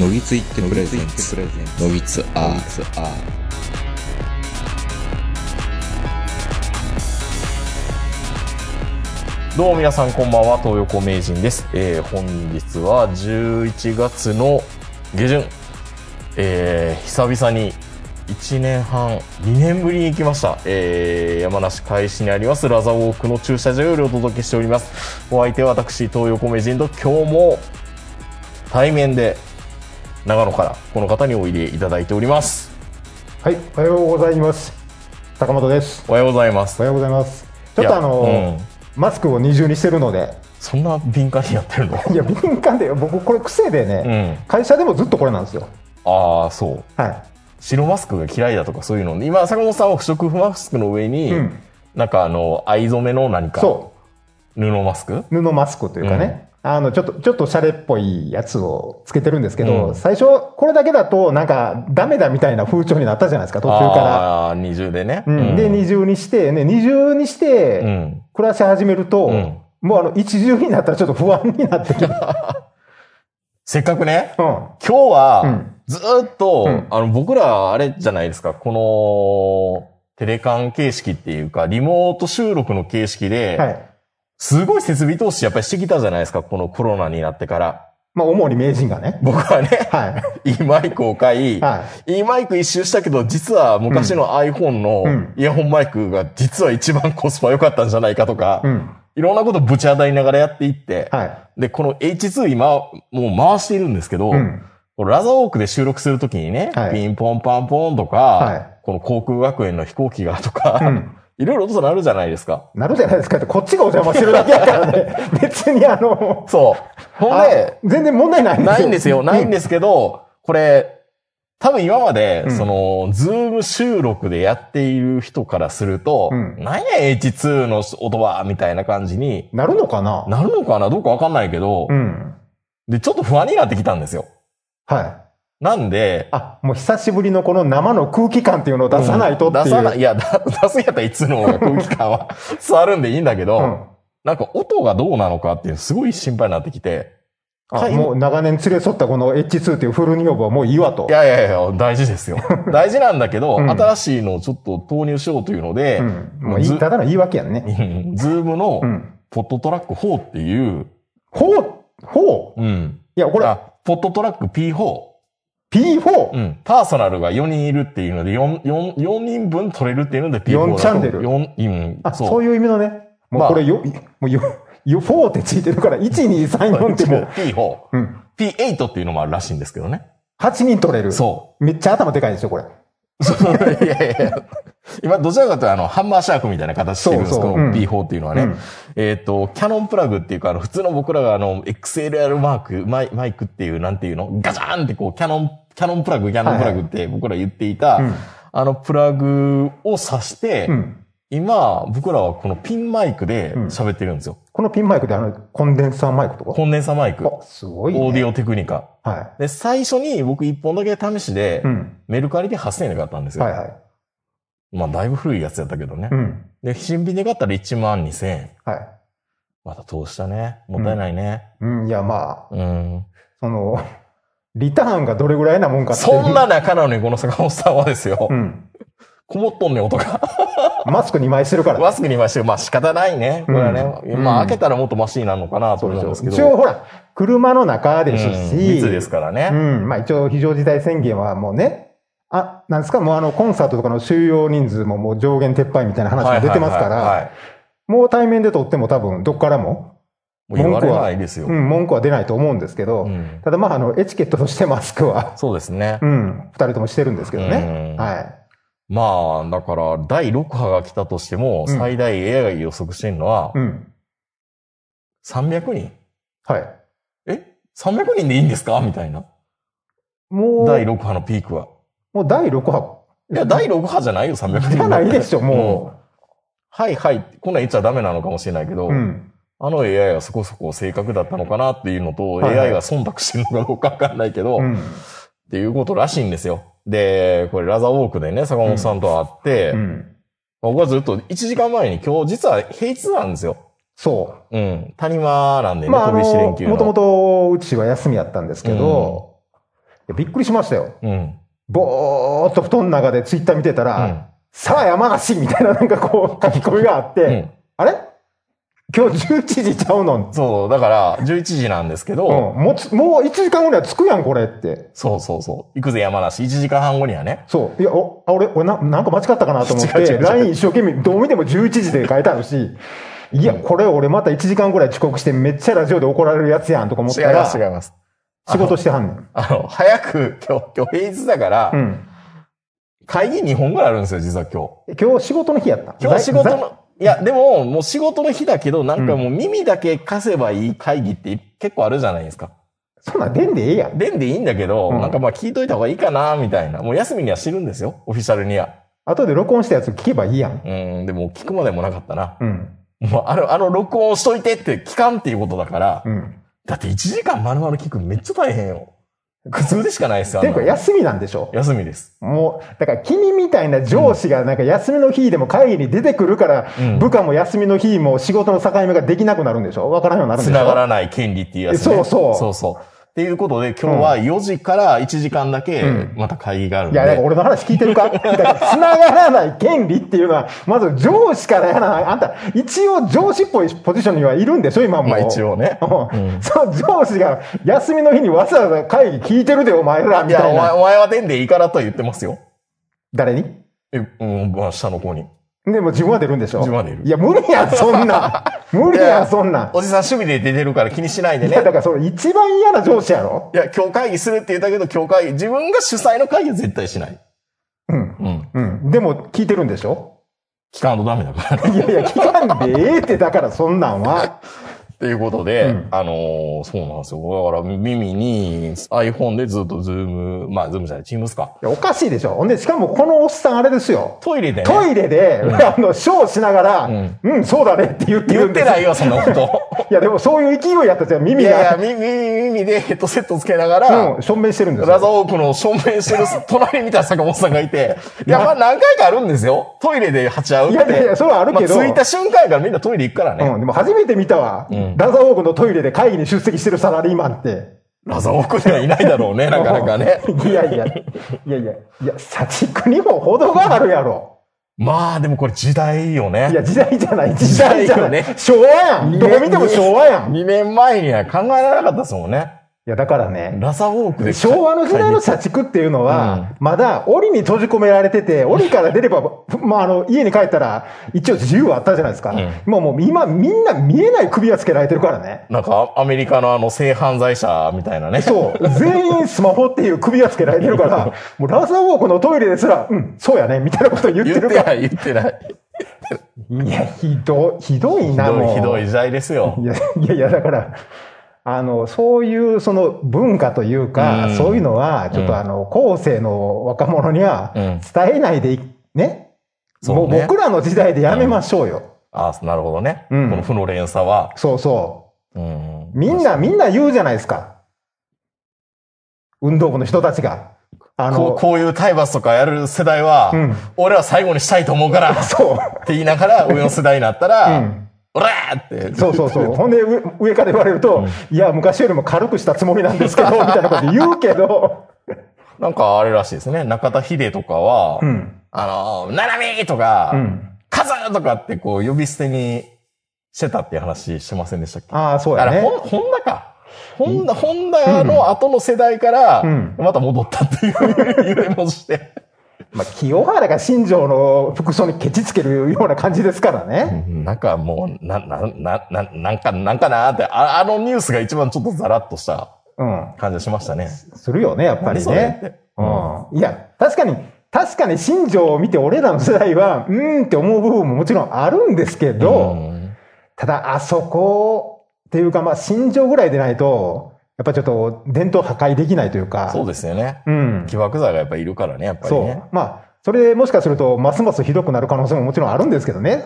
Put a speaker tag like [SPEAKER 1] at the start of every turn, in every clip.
[SPEAKER 1] のぎついってプレゼンツ
[SPEAKER 2] プレゼン
[SPEAKER 1] のぎつアー
[SPEAKER 2] ツあ
[SPEAKER 3] どうも皆さんこんばんは東横名人です、えー本日は11月の下旬、えー久々に1年半2年ぶりに来ました、えー山梨海市にありますラザウォークの駐車場よりお届けしておりますお相手は私東横名人と今日も対面で長野からこの方においでいただいております
[SPEAKER 4] はい、おはようございます。坂本です。
[SPEAKER 3] おはようございま
[SPEAKER 4] お
[SPEAKER 3] す
[SPEAKER 4] はようございます。ちょっとあ
[SPEAKER 3] いや
[SPEAKER 4] の
[SPEAKER 3] うん、
[SPEAKER 4] マスクを二重にしてるので、
[SPEAKER 3] そんな敏感にやってる の
[SPEAKER 4] いや敏感で僕これ癖でね、
[SPEAKER 3] う
[SPEAKER 4] 会社でもずっとこれなんですよ。
[SPEAKER 3] ああそう
[SPEAKER 4] は
[SPEAKER 3] 白マスクが嫌いだとかそういうの今坂本さんは不織布マスクの上に、
[SPEAKER 4] うん
[SPEAKER 3] なんかあの藍染めの何
[SPEAKER 4] い。
[SPEAKER 3] か
[SPEAKER 4] そ
[SPEAKER 3] 布マスク
[SPEAKER 4] う、布マスクというかね。あのちょっとちょっとシャレっぽいやつをつけてるんですけど、
[SPEAKER 3] うん
[SPEAKER 4] 最初、これだけだと、なんか、ダメだみたいな風潮になったじゃないですか、途中か
[SPEAKER 3] ああー二重でね、
[SPEAKER 4] ら。うんで、二重にして、ね、二重にし
[SPEAKER 3] う
[SPEAKER 4] て、
[SPEAKER 3] ん
[SPEAKER 4] 暮らし始めると、
[SPEAKER 3] うん
[SPEAKER 4] もうあの一重になったらちょっと不安になってきて、
[SPEAKER 3] せっかくね
[SPEAKER 4] うん、
[SPEAKER 3] 今日
[SPEAKER 4] う
[SPEAKER 3] は
[SPEAKER 4] ん
[SPEAKER 3] ずーっと、
[SPEAKER 4] うん
[SPEAKER 3] あの僕らあれじゃないですかこのテレカン形式っていうかリモート収録の形式で、
[SPEAKER 4] はい。
[SPEAKER 3] すごい設備投資やっぱりしてきたじゃないですかこのコロナになってから
[SPEAKER 4] まあ、主に名人がね。
[SPEAKER 3] 僕はね
[SPEAKER 4] はい。
[SPEAKER 3] いいマイクを買い、、
[SPEAKER 4] はい
[SPEAKER 3] いマイク一周したけど、実は昔の iPhone
[SPEAKER 4] う
[SPEAKER 3] の
[SPEAKER 4] ん
[SPEAKER 3] イヤホンマイクが実は一番コスパ良かったんじゃないかとか、
[SPEAKER 4] い。うん。
[SPEAKER 3] いろんなことぶち当たりながらやっていって、
[SPEAKER 4] はい。
[SPEAKER 3] で、この H2 今、もう回しているんですけど、
[SPEAKER 4] うん。
[SPEAKER 3] これラザーウォークで収録するときにね、
[SPEAKER 4] はい
[SPEAKER 3] ピンポンパンポンとか、
[SPEAKER 4] はい
[SPEAKER 3] この航空学園の飛行機がと
[SPEAKER 4] う
[SPEAKER 3] か、
[SPEAKER 4] ん。
[SPEAKER 3] いろいろ音となるじゃないですか。
[SPEAKER 4] なるじゃないですかって、こっちがお邪魔してるだけやから ね。別にあの、
[SPEAKER 3] そう。ほん
[SPEAKER 4] あ
[SPEAKER 3] で、
[SPEAKER 4] 全然問題ないんですよ。
[SPEAKER 3] ないんですよ。 ないんですけど、これ、多分今まで、
[SPEAKER 4] ん
[SPEAKER 3] その、ズーム収録でやっている人からすると、
[SPEAKER 4] うん
[SPEAKER 3] 何や H2 の音は、みたいな感じに
[SPEAKER 4] なるのかな
[SPEAKER 3] なるのかなどうかわかんないけど、
[SPEAKER 4] うん。
[SPEAKER 3] で、ちょっと不安になってきたんですよ。
[SPEAKER 4] はい。
[SPEAKER 3] なんで、
[SPEAKER 4] あ、もう久しぶりのこの生の空気感っていうのを出さないとっていう。
[SPEAKER 3] 出さない、いや、出出すんやったらいつの方が空気感は 伝わるんでいいんだけど、
[SPEAKER 4] うん。
[SPEAKER 3] なんか音がどうなのかっていうのすごい心配になってきて、
[SPEAKER 4] あもう長年連れ添ったこの H2 っていうフルニオブはもういいわと
[SPEAKER 3] い。やいやいや、大事 ですよ。大事なんだけど、
[SPEAKER 4] うん
[SPEAKER 3] 新しいのをちょっと投入しようというので、
[SPEAKER 4] うん。もういい、ただの言い訳やんね。
[SPEAKER 3] ズームの
[SPEAKER 4] うん。
[SPEAKER 3] ポットトラック4っていう、
[SPEAKER 4] ほう、ほ
[SPEAKER 3] う
[SPEAKER 4] う。
[SPEAKER 3] ん。
[SPEAKER 4] いや、こ
[SPEAKER 3] これ
[SPEAKER 4] れ、
[SPEAKER 3] は、ポットトラック P4。
[SPEAKER 4] P4。
[SPEAKER 3] うん。パーソナルが4人いるっていうので、4、4、4人分取れるっていうので P4 だと。
[SPEAKER 4] 四チャンネル
[SPEAKER 3] 4、うん。
[SPEAKER 4] あ、
[SPEAKER 3] そう。
[SPEAKER 4] そういう意味のね。もうこれよ、もうよ、よ、4ってついてるから、1、2、3、4ってもう
[SPEAKER 3] P4。
[SPEAKER 4] うん。
[SPEAKER 3] P8 っていうのもあるらしいんですけどね。
[SPEAKER 4] 8人取れる。。
[SPEAKER 3] そう
[SPEAKER 4] めっちゃ頭でかいですよ、これ。
[SPEAKER 3] う。そういやいやいや。今、どちらかというと、あの、ハンマーシャークみたいな形してるんです、
[SPEAKER 4] そうそう
[SPEAKER 3] この
[SPEAKER 4] うん
[SPEAKER 3] P4 っていうのはね。
[SPEAKER 4] うん
[SPEAKER 3] えっ、と、キャノンプラグっていうか、あの、普通の僕らが、あの、XLR マーク、マイマイクっていう、なんていうのガチャーンってこう、キャノン、キャノンプラグ、キャノンプラグって僕ら言っていた、
[SPEAKER 4] ん
[SPEAKER 3] あの、プラグを挿して、
[SPEAKER 4] うん。
[SPEAKER 3] 今、僕らはこのピンマイクで喋ってるんですよ。
[SPEAKER 4] このピンマイクであの、コンデンサーマイクとか
[SPEAKER 3] コンデンサマイク、
[SPEAKER 4] あ、すごい、ね。
[SPEAKER 3] オーディオテクニカ。
[SPEAKER 4] オ。は
[SPEAKER 3] で、最初に僕1本だけ試しで、
[SPEAKER 4] い。うん。
[SPEAKER 3] メルカリで8000円で買ったんですよ。
[SPEAKER 4] はいはい。
[SPEAKER 3] まあ、だいぶ古いやつやったけどね。
[SPEAKER 4] うん。
[SPEAKER 3] で、新品で買ったら1万2000円。
[SPEAKER 4] はい。
[SPEAKER 3] また投資したね。もったいないね。
[SPEAKER 4] うん、いや、まあ、
[SPEAKER 3] うん
[SPEAKER 4] その、リターンがどれぐらいなもんかっていう
[SPEAKER 3] そんな中なのに、この坂本さんはですよ。
[SPEAKER 4] うん。
[SPEAKER 3] こもっとんねん、音が。
[SPEAKER 4] マスク2枚してるから、
[SPEAKER 3] マスクにまして、まあ仕方ないね。これはね。
[SPEAKER 4] うん
[SPEAKER 3] まあ
[SPEAKER 4] うん
[SPEAKER 3] 開けたらもっとマシになるのかなと
[SPEAKER 4] そう
[SPEAKER 3] 思うん
[SPEAKER 4] で
[SPEAKER 3] です
[SPEAKER 4] すよ
[SPEAKER 3] けど。
[SPEAKER 4] 一応ほら、車の中
[SPEAKER 3] うん
[SPEAKER 4] ですし、
[SPEAKER 3] 密ですからね。
[SPEAKER 4] うん。まあ一応非常事態宣言はもうね、あ、なんですか、もうあの、コンサートとかの収容人数ももう上限撤廃みたいな話
[SPEAKER 3] はい
[SPEAKER 4] も出てますか
[SPEAKER 3] はいはい
[SPEAKER 4] ら、
[SPEAKER 3] はい
[SPEAKER 4] もう対面で撮っても多分、どっからも、
[SPEAKER 3] もう言われないですよ
[SPEAKER 4] う。ん、文句は出ないと思うんですけど、
[SPEAKER 3] うん
[SPEAKER 4] ただまあ、あの、エチケットとしてマスクは、
[SPEAKER 3] そうですね
[SPEAKER 4] う。ん、二人ともしてるんですけどね。
[SPEAKER 3] うん
[SPEAKER 4] はい。
[SPEAKER 3] まあ、だから、第6波が来たとしても、
[SPEAKER 4] うん
[SPEAKER 3] 最大 AI が予測してるのは
[SPEAKER 4] う、ん。
[SPEAKER 3] 300人
[SPEAKER 4] はい。
[SPEAKER 3] え ?300 人でいいんですかみたいな。
[SPEAKER 4] もう、
[SPEAKER 3] 第6波のピークは。
[SPEAKER 4] もう第6波。
[SPEAKER 3] いや、第6波じゃないよ、300人。
[SPEAKER 4] じゃないでしょ、も
[SPEAKER 3] はいはい。こんなん言っちゃダメなのかもしれないけど、
[SPEAKER 4] う。うん。
[SPEAKER 3] あの AI はそこそこ正確だったのかなっていうのと、
[SPEAKER 4] はいはい
[SPEAKER 3] AI が忖度してるのかどうかわかんないけど、
[SPEAKER 4] う
[SPEAKER 3] っ
[SPEAKER 4] ん。
[SPEAKER 3] ていうことらしいんですよ。で、これラザーウォークでね、坂本さんと会って、
[SPEAKER 4] うん。
[SPEAKER 3] 僕はずっと1時間前に今日実は平日なんですよ。
[SPEAKER 4] そ
[SPEAKER 3] うん。谷間なんで
[SPEAKER 4] う。
[SPEAKER 3] ね、
[SPEAKER 4] まあ、あ
[SPEAKER 3] 飛び石連
[SPEAKER 4] の、
[SPEAKER 3] 休の。
[SPEAKER 4] もともとうちは休みやったんですけど、やびっくりしましたよ。
[SPEAKER 3] うん。
[SPEAKER 4] ぼーっと布団の中でツイッター見てたら、
[SPEAKER 3] うん
[SPEAKER 4] さあ山梨みたいななんかこう書き込みがあって、
[SPEAKER 3] うん
[SPEAKER 4] あれ今日11時ちゃうの、
[SPEAKER 3] そう、だから、11時なんですけど、
[SPEAKER 4] うん、もうつもう1時間後には着くやんこれって。
[SPEAKER 3] そうそうそう。行くぜ山梨。1時間半後にはね。
[SPEAKER 4] そう。いや、お、あ、俺、俺な、なんか間違ったかなと思っ
[SPEAKER 3] 違う違う違
[SPEAKER 4] て、
[SPEAKER 3] う
[SPEAKER 4] LINE 一生懸命、どう見ても11時で書いてあるし、いや、これ俺また1時間ぐらい遅刻してめっちゃラジオで怒られるやつやんとか思ったら、仕
[SPEAKER 3] います。
[SPEAKER 4] 事してはんねん。
[SPEAKER 3] あの、早く、今日、今日平日だから、
[SPEAKER 4] うん。
[SPEAKER 3] 会議2本ぐらいあるんですよ、実は今日。
[SPEAKER 4] 今日仕事の日やった。
[SPEAKER 3] 今日仕事
[SPEAKER 4] 在在
[SPEAKER 3] の、いや、でも、もう仕事の日だけど、なんかもう耳だけ貸せばいい会議って結構あるじゃないですか。
[SPEAKER 4] そんなん出んでええやん。
[SPEAKER 3] でんでいいんだけど、
[SPEAKER 4] うん
[SPEAKER 3] なんかまあ聞いといた方がいいかな、みたいな。もう休みにはしてるんですよ、オフィシャルには。
[SPEAKER 4] 後で録音したやつ聞けばいいやん。
[SPEAKER 3] うん、でも聞くまでもなかったな。
[SPEAKER 4] うん。
[SPEAKER 3] もうあの、あの録音しといてって聞かんっていうことだから、
[SPEAKER 4] うん。
[SPEAKER 3] だって1時間丸々聞くめっちゃ大変よ。苦痛でしかないですよ、
[SPEAKER 4] ていうか
[SPEAKER 3] あんなの
[SPEAKER 4] 休みなんでしょ
[SPEAKER 3] 休みです。
[SPEAKER 4] もう、だから君みたいな上司がなんか休みの日でも会議に出てくるから、
[SPEAKER 3] うん
[SPEAKER 4] 部下も休みの日も仕事の境目ができなくなるんでしょわからんようになるんでしょ
[SPEAKER 3] 繋がらない権利っていうやつ、ね。
[SPEAKER 4] そうそう
[SPEAKER 3] そうそう。っていうことで、今日は4時から1時間だけ
[SPEAKER 4] うん、
[SPEAKER 3] また会議があるん
[SPEAKER 4] い
[SPEAKER 3] で。
[SPEAKER 4] や、だから俺の話聞いてるかだから繋がらない権利っていうのは、まず上司からやらない。あんた、一応上司っぽいポジションにはいるんでしょ今も。
[SPEAKER 3] まあ一。応ね。
[SPEAKER 4] うん、その上司が休みの日にわざわざ会議聞いてるで、お前ら
[SPEAKER 3] い
[SPEAKER 4] み
[SPEAKER 3] や、
[SPEAKER 4] た
[SPEAKER 3] お
[SPEAKER 4] い
[SPEAKER 3] 前、
[SPEAKER 4] な。
[SPEAKER 3] お前は出んでいいからとは言ってますよ。
[SPEAKER 4] 誰に
[SPEAKER 3] え、うん、まあ下の子に。
[SPEAKER 4] でも自分は出るんでしょ
[SPEAKER 3] 自分は出る
[SPEAKER 4] いや、無理やん、そんなん。無理
[SPEAKER 3] い
[SPEAKER 4] や
[SPEAKER 3] や
[SPEAKER 4] ん、そんなん。
[SPEAKER 3] おじさん趣味で出てるから気にしないで
[SPEAKER 4] い
[SPEAKER 3] ね
[SPEAKER 4] や、。だからそれ一番嫌な上司やろ
[SPEAKER 3] いや、今日会議するって言ったけど、今日会議、自分が主催の会議は絶対しない。
[SPEAKER 4] うん。
[SPEAKER 3] うん。
[SPEAKER 4] うん。でも聞いてるんでしょ
[SPEAKER 3] 聞かんとダメだから ね。
[SPEAKER 4] いやいや、聞かんでええって、だからそんなんは。
[SPEAKER 3] っていうことで、
[SPEAKER 4] ん
[SPEAKER 3] あのーそうなんですよ。だから耳に iPhone でずっとズーム、まあズームじゃない、チームスか。
[SPEAKER 4] いやおかしいでしょ。ほんで、しかもこのおっさんあれですよ。
[SPEAKER 3] トイレでね。
[SPEAKER 4] トイレで、あの、ショーしながら、うん
[SPEAKER 3] ん、
[SPEAKER 4] そうだねって言ってる
[SPEAKER 3] 言っ
[SPEAKER 4] んで
[SPEAKER 3] て
[SPEAKER 4] す
[SPEAKER 3] ないよ、そんなこと。
[SPEAKER 4] いや、でもそういう勢いやったじゃん、
[SPEAKER 3] い
[SPEAKER 4] 耳が。
[SPEAKER 3] やいや、耳、耳でヘッドセットつけながら
[SPEAKER 4] う、ん、証明してるんです
[SPEAKER 3] ラザ
[SPEAKER 4] よ。
[SPEAKER 3] オークの正面してる隣見た坂本さんがいて、いや、まあ何回かあるんですよ。トイレで鉢合うって。
[SPEAKER 4] いやいやいやそれはあるけど
[SPEAKER 3] ま着いた瞬間からみんなトイレ行くからね。
[SPEAKER 4] うん、でも初めて見たわ。ラザオークのトイレで会議に出席してるサラリーマンって。
[SPEAKER 3] ラザオークにはいないだろう ね、なかなかね。
[SPEAKER 4] いやいや、いやいや、いや、社畜にも程があるやろ。
[SPEAKER 3] まあ、でもこれ時代よね。
[SPEAKER 4] いや、時代じゃない、時代じゃない。
[SPEAKER 3] 時代よね
[SPEAKER 4] 昭和やん。どう見ても昭和やん。い
[SPEAKER 3] 2年前には考えられなかったですもんね。
[SPEAKER 4] や、だからね、
[SPEAKER 3] ラザウォークで。
[SPEAKER 4] 昭和の時代の社畜っていうのは、まだ檻に閉じ込められてて、檻から出れば、まあ、あの、家に帰ったら、一応自由はあったじゃないですか。もうもう今、みんな見えない首輪つけられてるからね。
[SPEAKER 3] なんかアメリカのあの性犯罪者みたいなね。
[SPEAKER 4] そう。全員スマホっていう首輪つけられてるから、もうラザーウォークのトイレですら、うん、そうやね、みたいなこと言って
[SPEAKER 3] 言って
[SPEAKER 4] るから。
[SPEAKER 3] ない、言ってない。
[SPEAKER 4] いや、ひどい、ひどい
[SPEAKER 3] ひ
[SPEAKER 4] な、
[SPEAKER 3] ど
[SPEAKER 4] も
[SPEAKER 3] い、
[SPEAKER 4] う。
[SPEAKER 3] ひどい時代ですよ
[SPEAKER 4] い。やいやいや、だから、あの、そういうその文化というか、
[SPEAKER 3] うん
[SPEAKER 4] そういうのは、ちょっとあの、後世の若者には
[SPEAKER 3] うん
[SPEAKER 4] 伝えないでい、ね。
[SPEAKER 3] そう
[SPEAKER 4] もう
[SPEAKER 3] ね
[SPEAKER 4] 僕らの時代でやめましょうよ。
[SPEAKER 3] ああ、なるほどね。
[SPEAKER 4] うん
[SPEAKER 3] この負の連鎖は。
[SPEAKER 4] そうそ
[SPEAKER 3] うん
[SPEAKER 4] う。みんな、みんな言うじゃないですか。運動部の人たちが。あ
[SPEAKER 3] こ
[SPEAKER 4] の
[SPEAKER 3] う、こういう体罰とかやる世代は、
[SPEAKER 4] うん
[SPEAKER 3] 俺は最後にしたいと思うから、って
[SPEAKER 4] そう。
[SPEAKER 3] 言いながら、上の世代になった
[SPEAKER 4] う
[SPEAKER 3] ら、
[SPEAKER 4] ん
[SPEAKER 3] おらーって。
[SPEAKER 4] そうそうそう。ほんで、上上から言われると、いや、昔よりも軽くしたつもりなんですけど、みたいなこと言うけど、
[SPEAKER 3] なんかあれらしいですね。中田秀とかは、
[SPEAKER 4] うん。
[SPEAKER 3] あの、ななみとか、
[SPEAKER 4] うん。
[SPEAKER 3] カズーとかってこう呼び捨てにしてたっていう話してませんでしたっけ
[SPEAKER 4] ああ、そう
[SPEAKER 3] あ
[SPEAKER 4] や
[SPEAKER 3] れ、
[SPEAKER 4] ね。
[SPEAKER 3] ほん、ホンダか。ホンダ、ホンダの後の世代から
[SPEAKER 4] ん、
[SPEAKER 3] また戻ったっていう、 揺れもして。
[SPEAKER 4] まあ、清原が新庄の服装にケチつけるような感じですからね。
[SPEAKER 3] なんかもう、な、な、な、な、なんか、なんかなーって、ああのニュースが一番ちょっとザラッとした
[SPEAKER 4] うん。
[SPEAKER 3] 感じがしましたね。
[SPEAKER 4] するよね、やっぱり
[SPEAKER 3] それっ
[SPEAKER 4] ね。
[SPEAKER 3] て
[SPEAKER 4] うん。いや、確かに、確かに新庄を見て俺らの世代は、うーんって思う部分ももちろんあるんですけど、
[SPEAKER 3] うん
[SPEAKER 4] ただ、あそこっていうか、まあ、新庄ぐらいでないと、やっぱちょっと伝統破壊できないというか。
[SPEAKER 3] そうですよね。
[SPEAKER 4] うん。
[SPEAKER 3] 起爆剤がやっぱりいるからね、やっぱり
[SPEAKER 4] そ
[SPEAKER 3] ね。
[SPEAKER 4] う。まあ、それでもしかすると、ますますひどくなる可能性ももちろんあるんですけどね。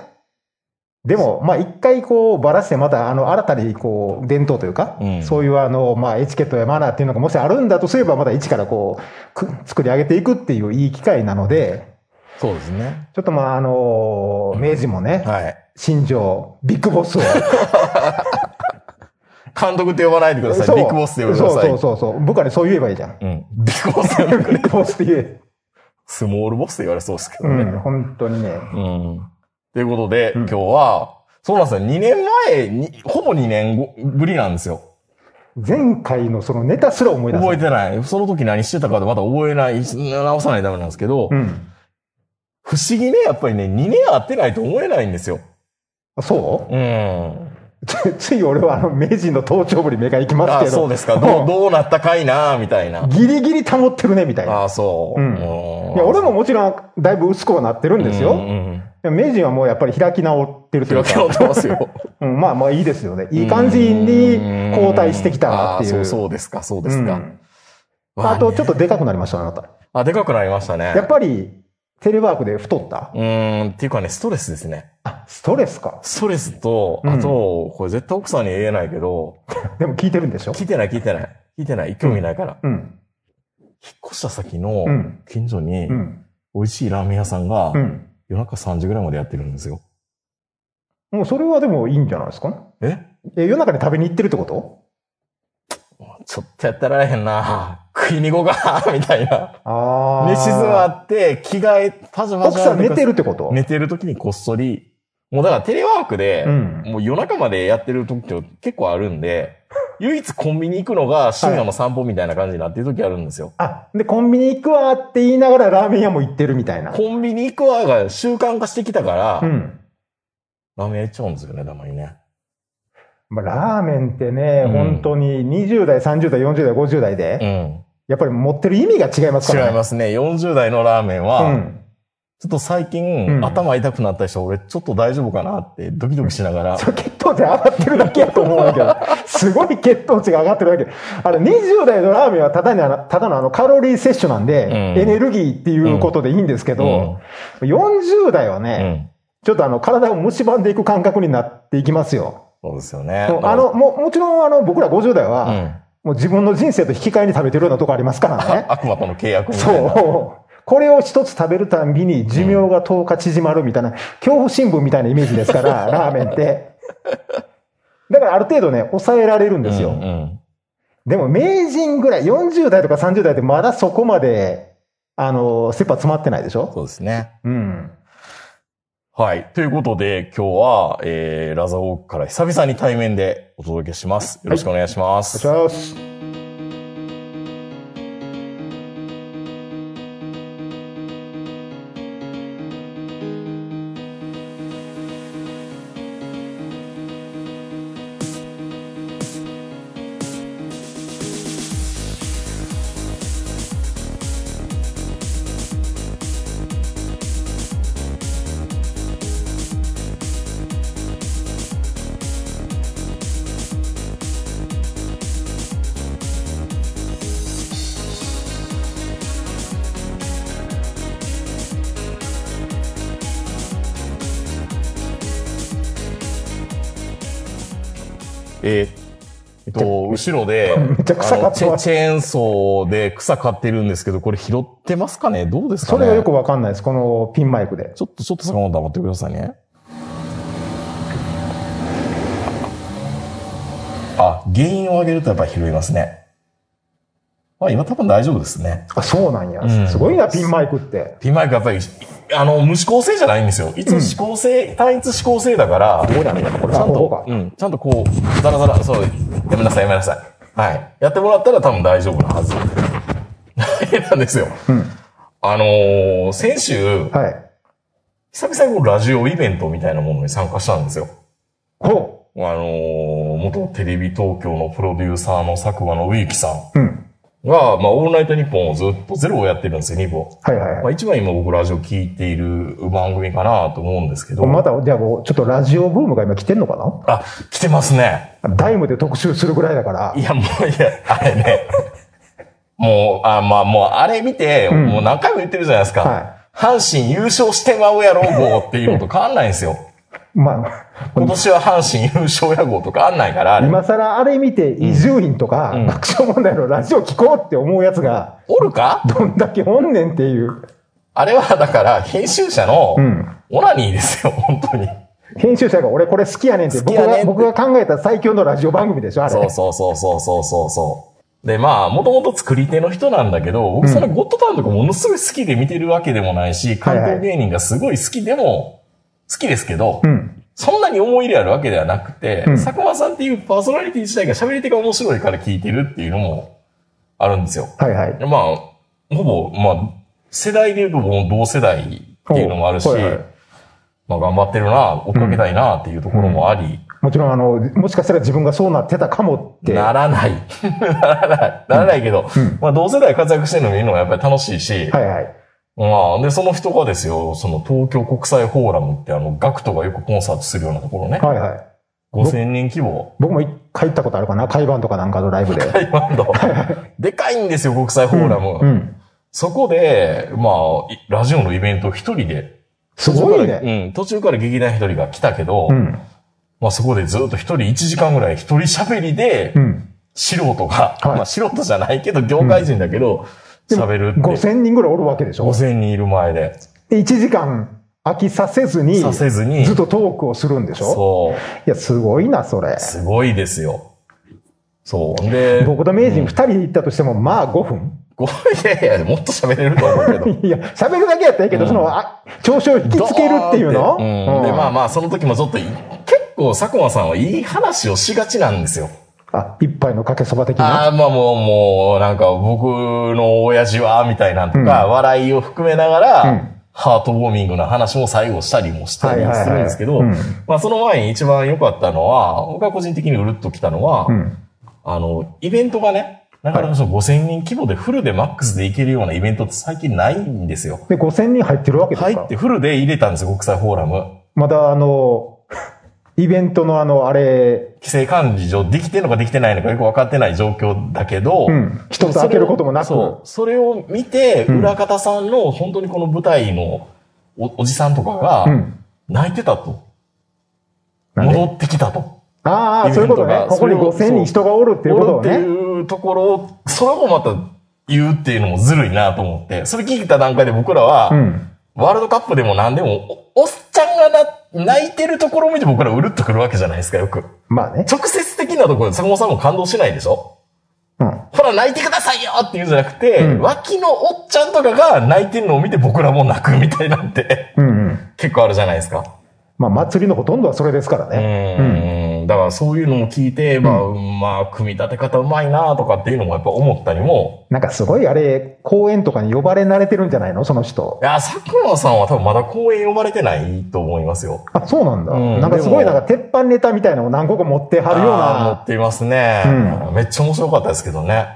[SPEAKER 4] でも、まあ、一回こう、ばらして、また、あの、新たに、こう、伝統というか、
[SPEAKER 3] うん
[SPEAKER 4] そういう、あの、まあ、エチケットやマナーっていうのが、もしあるんだとすれば、また一からこう、く作り上げていくっていういい機会なので、
[SPEAKER 3] そうですね。
[SPEAKER 4] ちょっとまあ、あの、明治もね、
[SPEAKER 3] はい。
[SPEAKER 4] 新庄、ビッグボスを、
[SPEAKER 3] 監督って呼ばないでください。
[SPEAKER 4] そう
[SPEAKER 3] ビッグボスって呼んでください。
[SPEAKER 4] そうそうそうそう。部下にそう言えばいいじゃ ん。
[SPEAKER 3] うん。ビッグボスって呼ん
[SPEAKER 4] ビ
[SPEAKER 3] でくれ
[SPEAKER 4] ッグボスって言え。
[SPEAKER 3] スモールボスって言われそうですけど
[SPEAKER 4] う
[SPEAKER 3] ね。
[SPEAKER 4] ん、本当にね。
[SPEAKER 3] うん。ということで、
[SPEAKER 4] うん
[SPEAKER 3] 今日は、そうなんですよ。2年前に、ほぼ2年後ぶりなんですよ。
[SPEAKER 4] 前回のそのネタすら思い出す。
[SPEAKER 3] 覚えてない。その時何してたかでまた覚えない、直さないとダメなんですけど、
[SPEAKER 4] うん。
[SPEAKER 3] 不思議ね、やっぱりね、2年会ってないと思えないんですよ。
[SPEAKER 4] あそう
[SPEAKER 3] うん。
[SPEAKER 4] つ つい俺はあの名人の頭頂部に目が行きます
[SPEAKER 3] あ
[SPEAKER 4] けど。
[SPEAKER 3] そうですか。どう、どうなったかいな、みたいな。
[SPEAKER 4] ギリギリ保ってるね、みたいな。
[SPEAKER 3] あそう。
[SPEAKER 4] うんいや、俺ももちろん、だいぶ薄くはなってるんです
[SPEAKER 3] うん
[SPEAKER 4] よ。
[SPEAKER 3] うん
[SPEAKER 4] でも名人はもうやっぱり開き直ってるという
[SPEAKER 3] 開
[SPEAKER 4] か
[SPEAKER 3] き直ってますよ。
[SPEAKER 4] うん、まあまあいいですよね。いい感じに後退してきたなっていう。
[SPEAKER 3] あーそう、そうですか、そうです
[SPEAKER 4] う
[SPEAKER 3] か。
[SPEAKER 4] んあと、ちょっ
[SPEAKER 3] と。
[SPEAKER 4] とでかくなりました、あなた。
[SPEAKER 3] あ、でかくなりましたね。
[SPEAKER 4] やっぱり、テレワークで太った
[SPEAKER 3] うーん、っていうかね、ストレスですね。
[SPEAKER 4] あ、ストレスか。
[SPEAKER 3] ストレスと、
[SPEAKER 4] うん
[SPEAKER 3] あと、これ絶対奥さんに言えないけど、
[SPEAKER 4] でも聞いてるんでしょ
[SPEAKER 3] 聞いてない聞いてない。聞いてない。興味ないから。
[SPEAKER 4] うん。
[SPEAKER 3] 引っ越した先の
[SPEAKER 4] うん。
[SPEAKER 3] 近所に
[SPEAKER 4] う、ん。
[SPEAKER 3] 美味しいラーメン屋さんが
[SPEAKER 4] う、ん。
[SPEAKER 3] 夜中3時ぐらいまでやってるんですよ。
[SPEAKER 4] もうそれはでもいいんじゃないですか
[SPEAKER 3] え
[SPEAKER 4] え、夜中に食べに行ってるってこと
[SPEAKER 3] ちょっとやってられへんな。食いに行こうか、 みたいな。
[SPEAKER 4] ああ。
[SPEAKER 3] 寝静まって、着替え、パジャマ
[SPEAKER 4] 奥さん寝てるってこと
[SPEAKER 3] 寝てる時にこっそり、もうだからテレワークで、
[SPEAKER 4] うん。
[SPEAKER 3] もう夜中までやってる時って結構あるんで、 唯一コンビニ行くのが深夜の散歩みたいな感じになってる時あるんですよ。
[SPEAKER 4] あ、で、コンビニ行くわって言いながらラーメン屋も行ってるみたいな。
[SPEAKER 3] コンビニ行くわが習慣化してきたから、
[SPEAKER 4] うん。
[SPEAKER 3] ラーメン屋行っちゃうんですよね、たまにね。
[SPEAKER 4] まあ、ラーメンってね、
[SPEAKER 3] うん
[SPEAKER 4] 本当に20代、30代、40代、50代で、
[SPEAKER 3] うん。
[SPEAKER 4] やっぱり持ってる意味が違いますからね。
[SPEAKER 3] 違いますね。40代のラーメン
[SPEAKER 4] う
[SPEAKER 3] は、
[SPEAKER 4] ん。
[SPEAKER 3] ちょっと最近、
[SPEAKER 4] うん
[SPEAKER 3] 頭痛くなった人、俺ちょっと大丈夫かなってドキドキしながら、
[SPEAKER 4] それ血糖値上がってるだけやと思うんだ けど、すごい血糖値が上がってるだけ。あれ、20代のラーメンはただにあのただのあのカロリー摂取なんで、
[SPEAKER 3] うん
[SPEAKER 4] エネルギーっていうことでいいんですけど、40代は
[SPEAKER 3] う
[SPEAKER 4] ね、
[SPEAKER 3] ん。
[SPEAKER 4] ちょっとあの体を蝕んでいく感覚になっていきますよ。
[SPEAKER 3] そうですよね。
[SPEAKER 4] あの、もう、もちろんあの、僕ら50代は、
[SPEAKER 3] うん、
[SPEAKER 4] もう自分の人生と引き換えに食べてるようなとこありますからね。
[SPEAKER 3] 悪魔との契約みたいな。
[SPEAKER 4] そう。これを一つ食べるたんびに寿命が10日縮まるみたいな、恐怖新聞みたいなイメージですから、ラーメンって。だからある程度ね、抑えられるんです
[SPEAKER 3] う
[SPEAKER 4] よ。
[SPEAKER 3] んうん
[SPEAKER 4] でも名人ぐらい、40代とか30代ってまだそこまで、あの、切羽詰まってないでしょ
[SPEAKER 3] そうですね。
[SPEAKER 4] うん。
[SPEAKER 3] はい。ということで、今日は、えー、ラザーウォークから久々に対面でお届けします。よろしくお願いします。
[SPEAKER 4] よし。
[SPEAKER 3] えーえっと、後ろで、
[SPEAKER 4] めっちゃ草
[SPEAKER 3] あ
[SPEAKER 4] 刈
[SPEAKER 3] の
[SPEAKER 4] っ
[SPEAKER 3] チ
[SPEAKER 4] て
[SPEAKER 3] ェ
[SPEAKER 4] ます
[SPEAKER 3] チェーンソーで草刈ってるんですけど、これ拾ってますかねどうですか
[SPEAKER 4] そ
[SPEAKER 3] ね
[SPEAKER 4] れがよくわかんないです、このピンマイクで。
[SPEAKER 3] ちょっと、ちょっと坂本黙ってくださいね。あ、原因を上げるとやっぱり拾いますね。まあ今多分大丈夫ですね。
[SPEAKER 4] あ、そうなんや。
[SPEAKER 3] ん
[SPEAKER 4] すごいな、ピンマイクって。
[SPEAKER 3] ピンマイクやっぱり、あの、無指向性じゃないんですよ。いつも指向性、単一指向性だから、
[SPEAKER 4] どこだね、これ。
[SPEAKER 3] ちゃ
[SPEAKER 4] あ、
[SPEAKER 3] ん
[SPEAKER 4] こことか、。
[SPEAKER 3] うん、ちゃんとこう、ザラザラ、そう、やめなさい、やめなさい。はい。やってもらったら多分大丈夫なはず。 なんですよ。あのー先週、
[SPEAKER 4] はい。
[SPEAKER 3] 久々にこうラジオイベントみたいなものに参加したんですよ。
[SPEAKER 4] ほ
[SPEAKER 3] あのー元テレビ東京のプロデューサーの佐久間信之さん
[SPEAKER 4] う。うん。
[SPEAKER 3] が、まあ、オールナイトニッポンをずっとゼロをやってるんですよ、2部を。
[SPEAKER 4] はいはいはい
[SPEAKER 3] まあ、。一番今僕ラジオ聞いている番組かなと思うんですけど。
[SPEAKER 4] また、じゃあもう、ちょっとラジオブームが今来てんのかな
[SPEAKER 3] あ、来てますね。
[SPEAKER 4] ダイムで特集するぐらいだから
[SPEAKER 3] い、や、もう、いや、あれね。 もう、あ、まあ、もう、あれ見て、
[SPEAKER 4] ん
[SPEAKER 3] もう何回も言ってるじゃないですか。
[SPEAKER 4] は
[SPEAKER 3] 阪神優勝してまうやろ、号 っていうのと変わんないんです よ。
[SPEAKER 4] まあ、
[SPEAKER 3] 今年は阪神優勝や号と変わんないから、あれ
[SPEAKER 4] 今更あれ見て、伊集院とか、
[SPEAKER 3] うん
[SPEAKER 4] 爆笑問題のラジオ聞こうって思うやつが、
[SPEAKER 3] おるか
[SPEAKER 4] どんだけおんねんっていう。
[SPEAKER 3] あれは、だから、編集者の
[SPEAKER 4] う、ん。
[SPEAKER 3] オナニーですよ、本当に。
[SPEAKER 4] 編集者が俺これ好きやねんって、
[SPEAKER 3] 好き
[SPEAKER 4] 僕
[SPEAKER 3] やねんって
[SPEAKER 4] が、僕が考えた最強のラジオ番組でしょ、あれ。
[SPEAKER 3] そうそうそうそうそうそうそう。で、まあ、もともと作り手の人なんだけど、僕それゴッドタウンとかものすごい好きで見てるわけでもないし、関東芸人がすごい好きでも、好きですけど、
[SPEAKER 4] ん。
[SPEAKER 3] そんなに思い入れあるわけではなくて、
[SPEAKER 4] うん
[SPEAKER 3] 佐久間さんっていうパーソナリティ自体が喋り手が面白いから聞いてるっていうのもあるんですよ。
[SPEAKER 4] はいはい。
[SPEAKER 3] まあ、ほぼ、まあ、世代で言うともう同世代っていうのもあるし、
[SPEAKER 4] ほうはいはい
[SPEAKER 3] まあ頑張ってるな、追っかけたいなっていうところもあり、
[SPEAKER 4] もちろん、あの、もしかしたら自分がそうなってたかもって。
[SPEAKER 3] な
[SPEAKER 4] は
[SPEAKER 3] らない。 ならない。ならないけど、
[SPEAKER 4] うん
[SPEAKER 3] まあ同世代活躍してるの見るのがやっぱり楽しいし、
[SPEAKER 4] いはい。
[SPEAKER 3] まあ、で、その人がですよ、その東京国際フォーラムってあの、ガクトがよくコンサートするようなところね、
[SPEAKER 4] はいはい。
[SPEAKER 3] 5000人規模、
[SPEAKER 4] 僕も一回行ったことあるかな、海版とかなんかのライ ブで。
[SPEAKER 3] 大バンド。 でかいんですよ、国際フォーラム。
[SPEAKER 4] うん。
[SPEAKER 3] そこで、まあ、いラジオのイベントを一人で、
[SPEAKER 4] すご
[SPEAKER 3] 途中
[SPEAKER 4] い
[SPEAKER 3] から
[SPEAKER 4] ね。
[SPEAKER 3] うん、途中から劇団一人が来たけど、
[SPEAKER 4] うん。
[SPEAKER 3] まあそこでずっと一人1時間ぐらい一人喋りで、
[SPEAKER 4] うん。
[SPEAKER 3] 素人が、
[SPEAKER 4] はい
[SPEAKER 3] まあ素人じゃないけど、業界人だけど、
[SPEAKER 4] でも
[SPEAKER 3] 喋るって。
[SPEAKER 4] 5000人ぐらいおるわけでしょ。
[SPEAKER 3] 5000人いる前で、
[SPEAKER 4] 1時間飽きさせずに、
[SPEAKER 3] させずに
[SPEAKER 4] ずっ、とトークをするんでしょ
[SPEAKER 3] そう、
[SPEAKER 4] いや、すごいな、それ。
[SPEAKER 3] すごいですよ。そう。で、
[SPEAKER 4] 僕と名人2人で行ったとしても、まあ5分。
[SPEAKER 3] ご いやいや、もっと喋れると思うけど。
[SPEAKER 4] いや、喋るだけやったらいいけど、
[SPEAKER 3] うん
[SPEAKER 4] その、あ、調子を引きつけるっていうの
[SPEAKER 3] ドーンってうんで、まあ
[SPEAKER 4] あ。
[SPEAKER 3] まあ、その時もちょっとい、結構佐久間さんはいい話をしがちなんですよ。
[SPEAKER 4] あ、一杯のかけそば的な。
[SPEAKER 3] ああ、まあもう、もう、なんか僕の親父は、みたいなんとか、笑いを含めながら、
[SPEAKER 4] うん
[SPEAKER 3] ハートウォーミングな話も最後したりもしたり
[SPEAKER 4] はいはいはい
[SPEAKER 3] するんですけど
[SPEAKER 4] うん、
[SPEAKER 3] まあその前に一番良かったのは、僕は個人的にうるっときたのは、
[SPEAKER 4] うん。
[SPEAKER 3] あの、イベントがね、なかなかその5000人規模でフルでマックスでいけるようなイベントって最近ないんですよ。
[SPEAKER 4] で、5000人入ってるわけです
[SPEAKER 3] 入
[SPEAKER 4] か
[SPEAKER 3] ってフルで入れたんですよ、国際フォーラム。
[SPEAKER 4] まだ、あの、イベントのあの、あれ、
[SPEAKER 3] 規制管理上できてるのかできてないのかよく分かってない状況だけど、
[SPEAKER 4] うん一つ開けることもなく
[SPEAKER 3] そう。それを見て、
[SPEAKER 4] うん
[SPEAKER 3] 裏方さんの本当にこの舞台のおおじさんとか
[SPEAKER 4] う
[SPEAKER 3] が、
[SPEAKER 4] ん。
[SPEAKER 3] 泣いてたと。
[SPEAKER 4] なんで
[SPEAKER 3] 戻ってきたと。
[SPEAKER 4] ああ、そういうこと
[SPEAKER 3] イベン
[SPEAKER 4] ね
[SPEAKER 3] ト。が
[SPEAKER 4] ここに
[SPEAKER 3] それを
[SPEAKER 4] 5000人人がおるっていうことを
[SPEAKER 3] 戻るって
[SPEAKER 4] ね。
[SPEAKER 3] いうところを、それもまた言うっていうのもずるいなと思って、それ聞いた段階で僕らは、
[SPEAKER 4] うん。
[SPEAKER 3] ワールドカップでも何でも、おおっちゃんがな泣いてるところを見て僕らうるっとくるわけじゃないですか、よく。
[SPEAKER 4] まあね。
[SPEAKER 3] 直接的なところで坂本さんも感動しないでしょ
[SPEAKER 4] うん。
[SPEAKER 3] ほら、泣いてくださいよって言うんじゃなくて、
[SPEAKER 4] うん
[SPEAKER 3] 脇のおっちゃんとかが泣いてるのを見て僕らも泣くみたいなんて
[SPEAKER 4] うんうん。
[SPEAKER 3] 結構あるじゃないですか。
[SPEAKER 4] まあ、祭りのほとんどはそれですから
[SPEAKER 3] う
[SPEAKER 4] ね。
[SPEAKER 3] ん。だからそういうのも聞いて、まあ、まあ、組み立て方うまいなとかっていうのもやっぱ思ったりも、
[SPEAKER 4] なんかすごい、あれ、公演とかに呼ばれ慣れてるんじゃないのその人
[SPEAKER 3] い。や、佐久間さんは多分まだ公演呼ばれてないと思いますよ。
[SPEAKER 4] あ、そうなんだ。
[SPEAKER 3] うん
[SPEAKER 4] なんかすごい、
[SPEAKER 3] でも
[SPEAKER 4] なんか鉄板ネタみたいなのを何個か持ってはるよう
[SPEAKER 3] あー持
[SPEAKER 4] な
[SPEAKER 3] っ。ていますね、めっちゃ面白かったですけどね。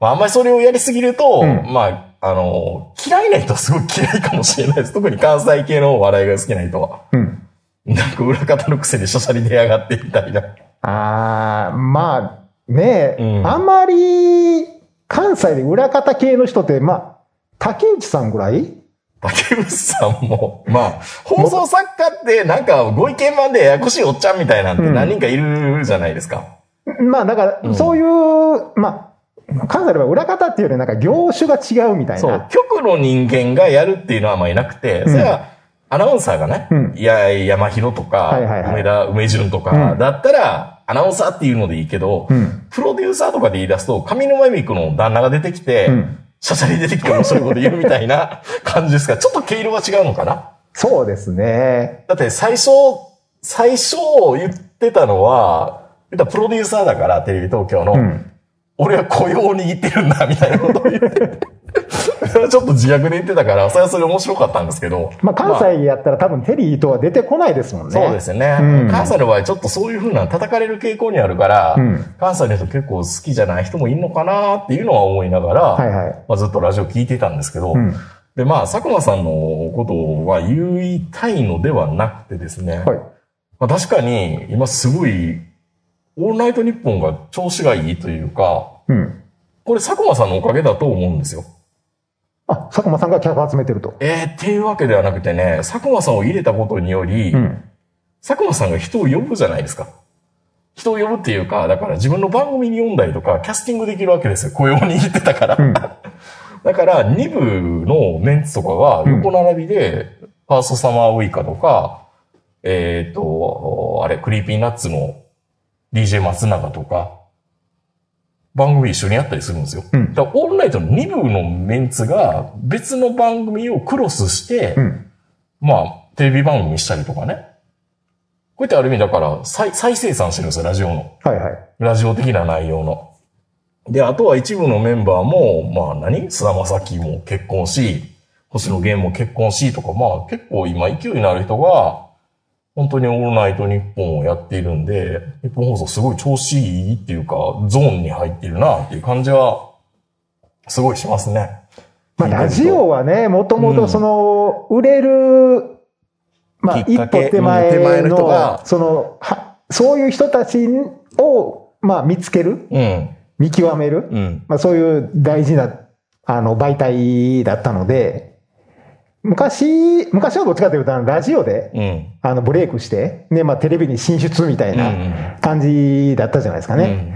[SPEAKER 3] まあ、あんまりそれをやりすぎると、
[SPEAKER 4] うん
[SPEAKER 3] まあ、あの、嫌いな人はすごい嫌いかもしれないです。 特に関西系のお笑いが好きな人は。
[SPEAKER 4] うん。
[SPEAKER 3] なんか裏方のくせにしゃしゃり出やがってみたいな。
[SPEAKER 4] ああ、まあ、ねえ、
[SPEAKER 3] うん
[SPEAKER 4] あまり関西で裏方系の人って、まあ、竹内さんぐらい
[SPEAKER 3] 竹内さんも、まあ、放送作家ってなんかご意見番でややこしいおっちゃんみたいなんて
[SPEAKER 4] うん
[SPEAKER 3] 何人かいるじゃないですか。
[SPEAKER 4] まあ、だか
[SPEAKER 3] うん
[SPEAKER 4] ら、そういう、まあ、関西では裏方っていうよりなんか業種が違うみたい
[SPEAKER 3] そう
[SPEAKER 4] な。。
[SPEAKER 3] 局の人間がやるっていうのはあんまいなくて、
[SPEAKER 4] ん
[SPEAKER 3] それはアナウンサーがね、
[SPEAKER 4] うん
[SPEAKER 3] いや、山広とか、
[SPEAKER 4] はいはいはい
[SPEAKER 3] 梅田、梅潤とか、
[SPEAKER 4] うん
[SPEAKER 3] だったらアナウンサーっていうのでいいけど、
[SPEAKER 4] うん。
[SPEAKER 3] プロデューサーとかで言い出すと、上沼恵美子の旦那が出てきて、
[SPEAKER 4] うん
[SPEAKER 3] しゃしゃり出てきて面白いこと言うみたいな 感じですから、ちょっと毛色が違うのかな
[SPEAKER 4] そうですね。
[SPEAKER 3] だって最初、最初言ってたのは、言ったらプロデューサーだから、テレビ東京の。
[SPEAKER 4] うん。
[SPEAKER 3] 俺は雇用を握ってるんだ、みたいなことを言って。 それはちょっと自虐で言ってたから、それはそれ面白かったんですけど。
[SPEAKER 4] まあ、関西やったら多分テリーとは出てこないですもんね。
[SPEAKER 3] そうですね、
[SPEAKER 4] うん
[SPEAKER 3] 関西の場合、ちょっとそういうふうな叩かれる傾向にあるから、
[SPEAKER 4] うん
[SPEAKER 3] 関西の人結構好きじゃない人もいるのかなっていうのは思いながら、
[SPEAKER 4] はいはい
[SPEAKER 3] まあ、ずっとラジオ聞いてたんですけど、
[SPEAKER 4] うん
[SPEAKER 3] で、まあ、佐久間さんのことは言いたいのではなくてですね、
[SPEAKER 4] はい。
[SPEAKER 3] まあ、確かに、今すごい、オールナイトニッポンが調子がいいというか、
[SPEAKER 4] うん。
[SPEAKER 3] これ佐久間さんのおかげだと思うんですよ。
[SPEAKER 4] あ、佐久間さんが客集めてると。
[SPEAKER 3] えー、っていうわけではなくてね、佐久間さんを入れたことにより、
[SPEAKER 4] うん。
[SPEAKER 3] 佐久間さんが人を呼ぶじゃないですか。人を呼ぶっていうか、だから自分の番組に呼んだりとか、キャスティングできるわけですよ。雇用に行ってたから。
[SPEAKER 4] うん
[SPEAKER 3] だから、2部のメンツとかが横並びで、ファーストサマーウイカとか、えーっと、あれ、クリーピーナッツの DJ 松永とか、番組一緒にやったりするんですよ。
[SPEAKER 4] うん
[SPEAKER 3] だからオールナイトの2部のメンツが別の番組をクロスして、
[SPEAKER 4] うん。
[SPEAKER 3] まあ、テレビ番組にしたりとかね。こういったある意味だから再、再生産してるんですよ、ラジオの。
[SPEAKER 4] はいはい。
[SPEAKER 3] ラジオ的な内容の。で、あとは一部のメンバーも、まあ何菅田将暉も結婚し、星野源も結婚しとか、まあ結構今勢いのある人が、本当にオールナイト日本をやっているんで、日本放送すごい調子いいっていうか、ゾーンに入ってるなっていう感じは、すごいしますね。
[SPEAKER 4] ま
[SPEAKER 3] 聞
[SPEAKER 4] あ、
[SPEAKER 3] いてると
[SPEAKER 4] ラジオはね、もともとその、売れる、まあ、
[SPEAKER 3] きっ
[SPEAKER 4] 一
[SPEAKER 3] か
[SPEAKER 4] 歩
[SPEAKER 3] けうん
[SPEAKER 4] 手
[SPEAKER 3] 手前
[SPEAKER 4] 前
[SPEAKER 3] の人が
[SPEAKER 4] の、その、はそういう人たちを、まあ、見つける、
[SPEAKER 3] うん。
[SPEAKER 4] 見極める、
[SPEAKER 3] うん。
[SPEAKER 4] まあ、そういう大事な、あの、媒体だったので、昔、昔はどっちかというと、あのラジオで、
[SPEAKER 3] うん。
[SPEAKER 4] あの、ブレイクして、ね、まあ、テレビに進出みたい
[SPEAKER 3] うん
[SPEAKER 4] な感じだったじゃないですか
[SPEAKER 3] う
[SPEAKER 4] ね。
[SPEAKER 3] ん。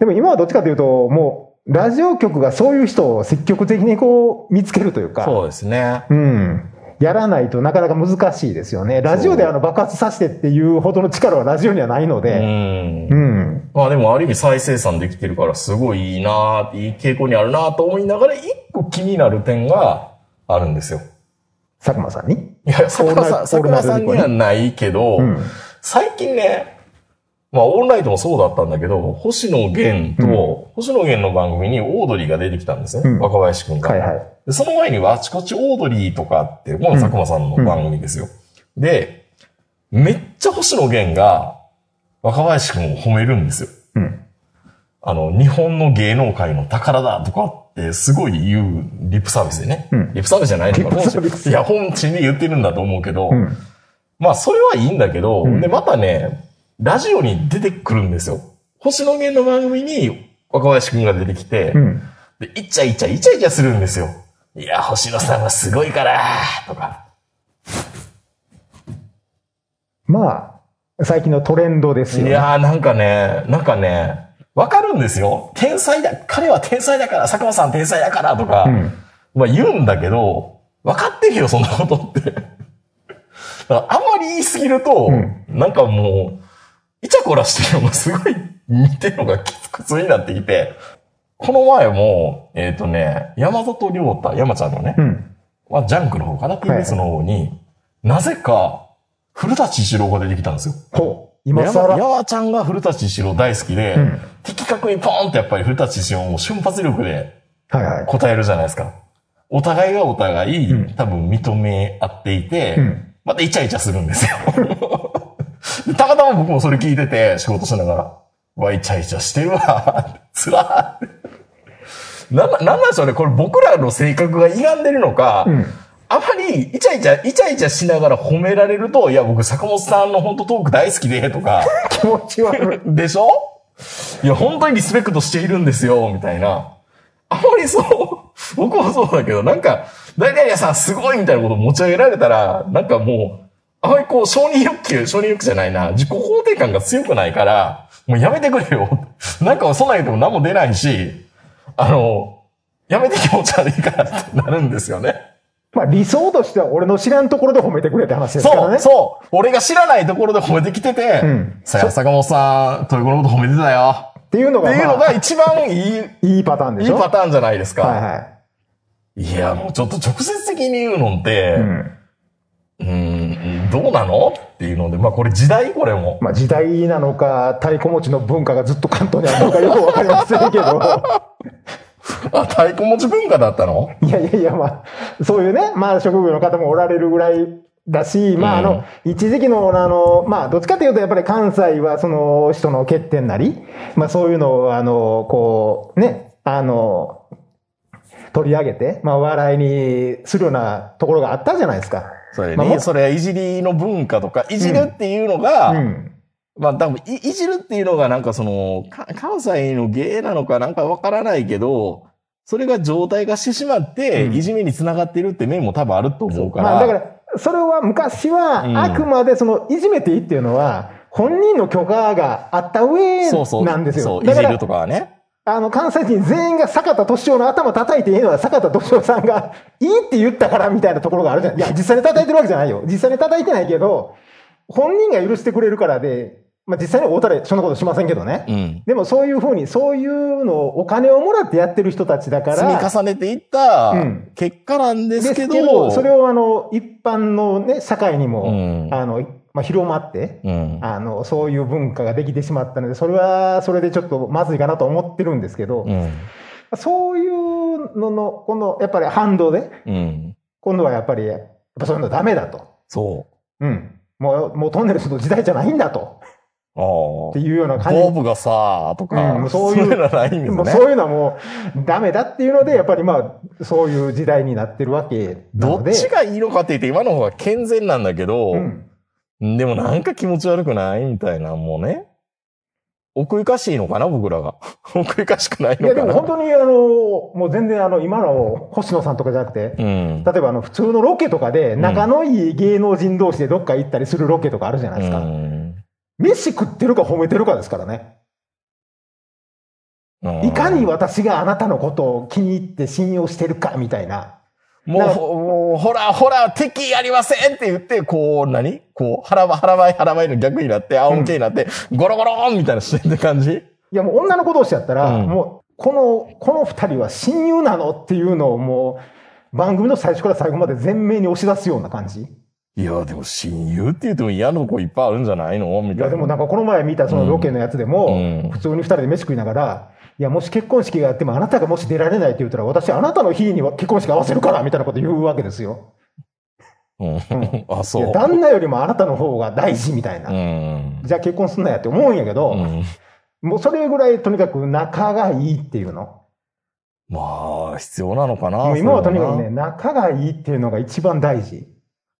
[SPEAKER 4] でも今はどっちかというと、もう、ラジオ局がそういう人を積極的にこう、見つけるというか、
[SPEAKER 3] そうですね。
[SPEAKER 4] うん。やらないとなかなか難しいですよね。ラジオであの爆発させてっていうほどの力はラジオにはないの
[SPEAKER 3] う
[SPEAKER 4] で、
[SPEAKER 3] ん
[SPEAKER 4] うん。
[SPEAKER 3] まあでもある意味再生産できてるからすごいいいなあいい傾向にあるなあと思いながら一個気になる点があるんですよ。
[SPEAKER 4] 佐久間さんに。
[SPEAKER 3] いや、佐久間さん、佐
[SPEAKER 4] オー
[SPEAKER 3] 久
[SPEAKER 4] ルナ
[SPEAKER 3] 間
[SPEAKER 4] イト
[SPEAKER 3] さんにはないけど、
[SPEAKER 4] うん
[SPEAKER 3] 最近ね、まあオンライトもそうだったんだけど、星野源と、
[SPEAKER 4] うん
[SPEAKER 3] 星野源の番組にオードリーが出てきたんですね。
[SPEAKER 4] うん
[SPEAKER 3] 若林くんが。
[SPEAKER 4] はいはい。
[SPEAKER 3] で、その前にはあちこちオードリーとかって、もう佐久間さんの番組ですよ。で、めっちゃ星野源が若林くんを褒めるんですよ。
[SPEAKER 4] うん。
[SPEAKER 3] あの、日本の芸能界の宝だとかってすごい言うリップサービスでね。
[SPEAKER 4] うん
[SPEAKER 3] リップサービスじゃないのか
[SPEAKER 4] リップサービス
[SPEAKER 3] いや、本心で言ってるんだと思うけど、
[SPEAKER 4] うん。
[SPEAKER 3] まあ、それはいいんだけど、
[SPEAKER 4] うん
[SPEAKER 3] で、またね、ラジオに出てくるんですよ。星野源の番組に若林くんが出てきて、
[SPEAKER 4] うん。
[SPEAKER 3] で、イチャイチャ、イチャイチャするんですよ。いや、星野さんはすごいから、とか。
[SPEAKER 4] まあ、最近のトレンドです
[SPEAKER 3] い
[SPEAKER 4] よね。
[SPEAKER 3] やー、なんかね、なんかね、わかるんですよ。天才だ、彼は天才だから、佐久間さん天才だから、とか、
[SPEAKER 4] うん。
[SPEAKER 3] まあ言うんだけど、分かってるよ、そんなことって。だからあんまり言いすぎると、
[SPEAKER 4] うん
[SPEAKER 3] なんかもう、イチャコラしてるのがすごい似てるのがきつくつになってきて、この前も、えっ、とね、山里亮太、山ちゃんのね、
[SPEAKER 4] うん。
[SPEAKER 3] まあジャンクの方かな、TBS の方に、なぜか、古舘一郎が出てきたんですよ。
[SPEAKER 4] ほう。今
[SPEAKER 3] 山
[SPEAKER 4] 更。
[SPEAKER 3] 山ちゃんが古舘一郎大好きで、
[SPEAKER 4] うん
[SPEAKER 3] 的確にポーンってやっぱり古舘一郎も瞬発力で
[SPEAKER 4] はいはい。
[SPEAKER 3] 答えるじゃないですか。お互いがお互い、
[SPEAKER 4] うん
[SPEAKER 3] 多分認め合っていて、
[SPEAKER 4] うん
[SPEAKER 3] またイチャイチャするんですよ。 たまたま僕もそれ聞いてて、仕事しながら、うわ、イチャイチャしてるわ、 つらーって。なんな、なんなんでしょうね、これ僕らの性格が歪んでるのか、
[SPEAKER 4] うん。
[SPEAKER 3] あまり、イチャイチャ、イチャイチャしながら褒められると、いや、僕、坂本さんの本当トーク大好きで、とか、
[SPEAKER 4] 気持ち悪い。
[SPEAKER 3] でしょいや、本当にリスペクトしているんですよ、みたいな。あんまりそう、僕もそうだけど、なんか、大体さんすごいみたいなこと持ち上げられたら、なんかもう、あまりこう、承認欲求、承認欲求じゃないな、自己肯定感が強くないから、もうやめてくれよ。 なんかそんなん言っても何も出ないし、あの、やめて気持ち悪いからってなるんですよね。
[SPEAKER 4] まあ理想としては俺の知らんところで褒めてくれって話ですから
[SPEAKER 3] そ
[SPEAKER 4] ね。
[SPEAKER 3] う、そう。俺が知らないところで褒めてきてて、
[SPEAKER 4] うん
[SPEAKER 3] さや、坂本さん、トイコのこと褒めてたよ。
[SPEAKER 4] っていうの
[SPEAKER 3] っ
[SPEAKER 4] が、
[SPEAKER 3] ていうの
[SPEAKER 4] まあ
[SPEAKER 3] が一番いい、
[SPEAKER 4] いいパターンで
[SPEAKER 3] いい
[SPEAKER 4] しょ。
[SPEAKER 3] パターンじゃないですか。
[SPEAKER 4] はいはい。
[SPEAKER 3] い、や、もうちょっと直接的に言うのって
[SPEAKER 4] う、ん。
[SPEAKER 3] うーん、どうなのっていうので、まあこれ時代これも。
[SPEAKER 4] まあ時代なのか、太鼓持ちの文化がずっと関東にあるのかよくわかりませんけど。
[SPEAKER 3] あ、太鼓持ち文化だったの
[SPEAKER 4] いやいやいや、まあ、そういうね、まあ、職業の方もおられるぐらいだし、まあ、あの、一時期の、あの、まあ、どっちかというと、やっぱり関西は、その、人の欠点なり、まあ、そういうのを、あの、こう、ね、あの、取り上げて、まあ、笑いにするようなところがあったじゃないですか。
[SPEAKER 3] それ
[SPEAKER 4] まあも
[SPEAKER 3] に、それいじりの文化とか、いじるっていうのが、
[SPEAKER 4] うん。
[SPEAKER 3] まあ多分い、いじるっていうのがなんかその、か関西の芸なのかなんかわからないけど、それが状態化してしまって、
[SPEAKER 4] うん
[SPEAKER 3] いじめにつながってるって面も多分あると思うから。
[SPEAKER 4] まあ、だから、それは昔
[SPEAKER 3] うん
[SPEAKER 4] は、あくまでその、いじめていいっていうのは、本人の許可があった上
[SPEAKER 3] そうそう。
[SPEAKER 4] なんですよ。
[SPEAKER 3] そう、い
[SPEAKER 4] だか
[SPEAKER 3] じ
[SPEAKER 4] ら
[SPEAKER 3] るとかはね。
[SPEAKER 4] あの、関西人全員が坂田敏夫の頭叩いていいのは坂田敏夫さん がいいって言ったからみたいなところがあるじゃん。いや、実際に叩いてるわけじゃないよ。実際に叩いてないけど、本人が許してくれるからで、まあ、実際に会うたらそんなことしませんけどね。
[SPEAKER 3] うん。
[SPEAKER 4] でもそういうふうに、そういうのをお金をもらってやってる人たちだから、
[SPEAKER 3] 積み重ねていった
[SPEAKER 4] うん
[SPEAKER 3] 結果なんで
[SPEAKER 4] ですすけ
[SPEAKER 3] けど、
[SPEAKER 4] ど、それをあの、一般のね、社会に
[SPEAKER 3] う
[SPEAKER 4] も、
[SPEAKER 3] ん。
[SPEAKER 4] あの、まあ、広まって、
[SPEAKER 3] うん。
[SPEAKER 4] あの、そういう文化ができてしまったので、それは、それでちょっとまずいかなと思ってるんですけど、
[SPEAKER 3] うん。
[SPEAKER 4] そういうのの、この、やっぱり反動で、
[SPEAKER 3] うん。
[SPEAKER 4] 今度はやっぱり、やっぱそういうのダメだと。
[SPEAKER 3] そ
[SPEAKER 4] うん。もう、もうトンネルする時代じゃないん だと。
[SPEAKER 3] う。ああ
[SPEAKER 4] って。いうような感じ
[SPEAKER 3] ボブがさ、とか、
[SPEAKER 4] うん
[SPEAKER 3] そ
[SPEAKER 4] そうう
[SPEAKER 3] い
[SPEAKER 4] いうう
[SPEAKER 3] のはないんです
[SPEAKER 4] で
[SPEAKER 3] ね。
[SPEAKER 4] もそういうのはもうダメだっていうので、やっぱりまあ、そういう時代になってるわけな
[SPEAKER 3] ど
[SPEAKER 4] ので。
[SPEAKER 3] っちがいいのかって言って、今の方が健全なんだけど、
[SPEAKER 4] うん。
[SPEAKER 3] でもなんか気持ち悪くないみたいな、もうね。奥ゆかしいのかな僕らが。 奥ゆかしくない
[SPEAKER 4] い
[SPEAKER 3] の
[SPEAKER 4] や、で
[SPEAKER 3] か
[SPEAKER 4] も
[SPEAKER 3] な
[SPEAKER 4] 本当にあの、もう全然あの、今の星野さんとかじゃなくて、
[SPEAKER 3] うん。
[SPEAKER 4] 例えばあの、普通のロケとかで、
[SPEAKER 3] ん
[SPEAKER 4] 仲のいい芸能人同士でどっか行ったりするロケとかあるじゃないですか。
[SPEAKER 3] うん
[SPEAKER 4] 飯食ってるか褒めてるかですからね。
[SPEAKER 3] うん
[SPEAKER 4] いかに私があなたのことを気に入って信用してるか、みたいな。
[SPEAKER 3] もう、
[SPEAKER 4] なんか
[SPEAKER 3] ほもう、ほら、ほら、敵やりませんって言って、こう、何こう、腹ば、腹ばい、腹ばいの逆になって、仰向けになって、ゴロゴローンみたいなしてる感じ
[SPEAKER 4] いや、もう女の子同士やったら、
[SPEAKER 3] うん
[SPEAKER 4] もう、この、この二人は親友なのっていうのをもう、番組の最初から最後まで全面に押し出すような感じ。い
[SPEAKER 3] いや、でも親友って言っても嫌な子いっぱいあるんじゃないのみたいな。
[SPEAKER 4] や、でもなんかこの前見たそのロケのやつでも、
[SPEAKER 3] うん
[SPEAKER 4] 普通に二人で飯食いながら、いや、もし結婚式があっても、あなたがもし出られないって言ったら、私、あなたの日には結婚式合わせるから、みたいなこと言うわけですよ。
[SPEAKER 3] うん。あ、
[SPEAKER 4] い
[SPEAKER 3] そ
[SPEAKER 4] や、
[SPEAKER 3] う。
[SPEAKER 4] 旦那よりもあなたの方が大事みたいな。
[SPEAKER 3] うん。
[SPEAKER 4] じゃあ結婚すんなやって思うんやけど、
[SPEAKER 3] うん
[SPEAKER 4] もうそれぐらいとにかく仲がいいっていうの。
[SPEAKER 3] まあ、必要なのかな。
[SPEAKER 4] もう今はとにか
[SPEAKER 3] そう
[SPEAKER 4] くね、
[SPEAKER 3] だな。
[SPEAKER 4] 仲がいいっていうのが一番大事。
[SPEAKER 3] い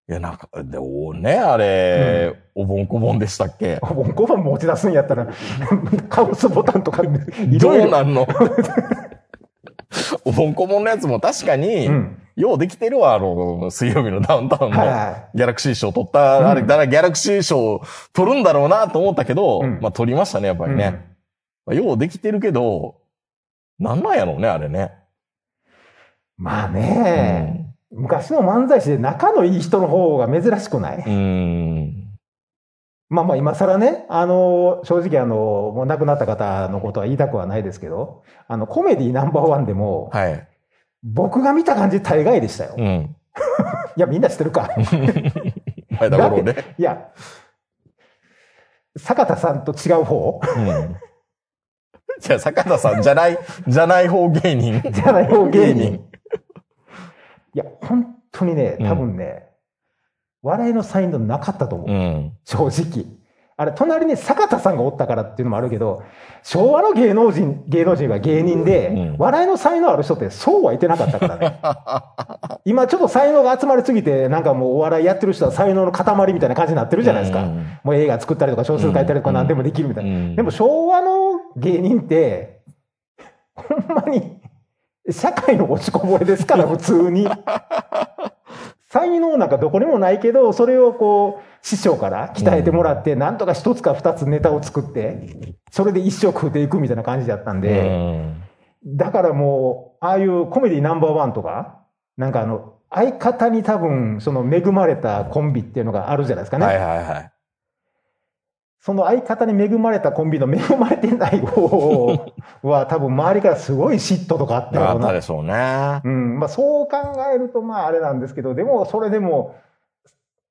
[SPEAKER 3] や、なんか、でおね、あれ、おぼんこぼんでしたっけ
[SPEAKER 4] もう5番持ち出すんやったら、 カウスボタンとか、い
[SPEAKER 3] ど
[SPEAKER 4] ろいうろ。
[SPEAKER 3] なんの おぼんこぼんのやつも確かに、
[SPEAKER 4] うん。
[SPEAKER 3] ようできてるわ、あの、水曜日のダウンタウン
[SPEAKER 4] はい
[SPEAKER 3] の。
[SPEAKER 4] は
[SPEAKER 3] ギャラクシー賞取った、あれ、
[SPEAKER 4] うん
[SPEAKER 3] だからギャラクシー賞取るんだろうなと思ったけど、
[SPEAKER 4] うん
[SPEAKER 3] まあ取りましたね、やっぱ
[SPEAKER 4] い。
[SPEAKER 3] りね。まあようできてるけど、なんなんやろうね、あれね。
[SPEAKER 4] うんまあね、昔の漫才師で仲のいい人の方が珍しくない、
[SPEAKER 3] うん。うん。
[SPEAKER 4] まあまあ今更ね、あの、正直あの、もう亡くなった方のことは言いたくはないですけど、あの、コメディナンバーワンでも、
[SPEAKER 3] はい。
[SPEAKER 4] 僕が見た感じ大概でしたよ。
[SPEAKER 3] う
[SPEAKER 4] い
[SPEAKER 3] ん。
[SPEAKER 4] や、みんな知ってるか。
[SPEAKER 3] 前田五郎ね。
[SPEAKER 4] いや、坂田さんと違う方
[SPEAKER 3] うんじゃあ、坂田さんじゃない、じゃない方芸 人。
[SPEAKER 4] じゃない方芸
[SPEAKER 3] 芸人
[SPEAKER 4] 人。いや、本当にね、多分ね、笑いの才能なかったと思う。
[SPEAKER 3] うん。
[SPEAKER 4] 正直。あれ、隣に坂田さんがおったからっていうのもあるけど、昭和の芸能人、芸能人は芸人で、
[SPEAKER 3] うん
[SPEAKER 4] 笑いの才能ある人ってそうはいてなかったから ね。今ちょっと才能が集まりすぎて、なんかもうお笑いやってる人は才能の塊みたいな感じになってるじゃないですか。
[SPEAKER 3] うん
[SPEAKER 4] もう映画作ったりとか小説書いたりとか何でもできるみたいな。
[SPEAKER 3] うん
[SPEAKER 4] でも昭和の芸人って、ほんまに社会の落ちこぼれで すから、普通に。才能なんかどこにもないけど、それをこう、師匠から鍛えてもらって、なんとか一つか二つネタを作って、それで一生食っていくみたいな感じだったん
[SPEAKER 3] う
[SPEAKER 4] で、
[SPEAKER 3] ん
[SPEAKER 4] だからもう、ああいうコメディナンバーワンとか、なんかあの、相方に多分、その恵まれたコンビっていうのがあるじゃないですかね。
[SPEAKER 3] はいはいはい。
[SPEAKER 4] その相方に恵まれたコンビの恵まれてない方は多分周りからすごい嫉妬とかあった
[SPEAKER 3] あ
[SPEAKER 4] よう
[SPEAKER 3] った
[SPEAKER 4] な。
[SPEAKER 3] でしょうね。
[SPEAKER 4] うん。まあそう考えるとまああれなんですけど、でもそれでも、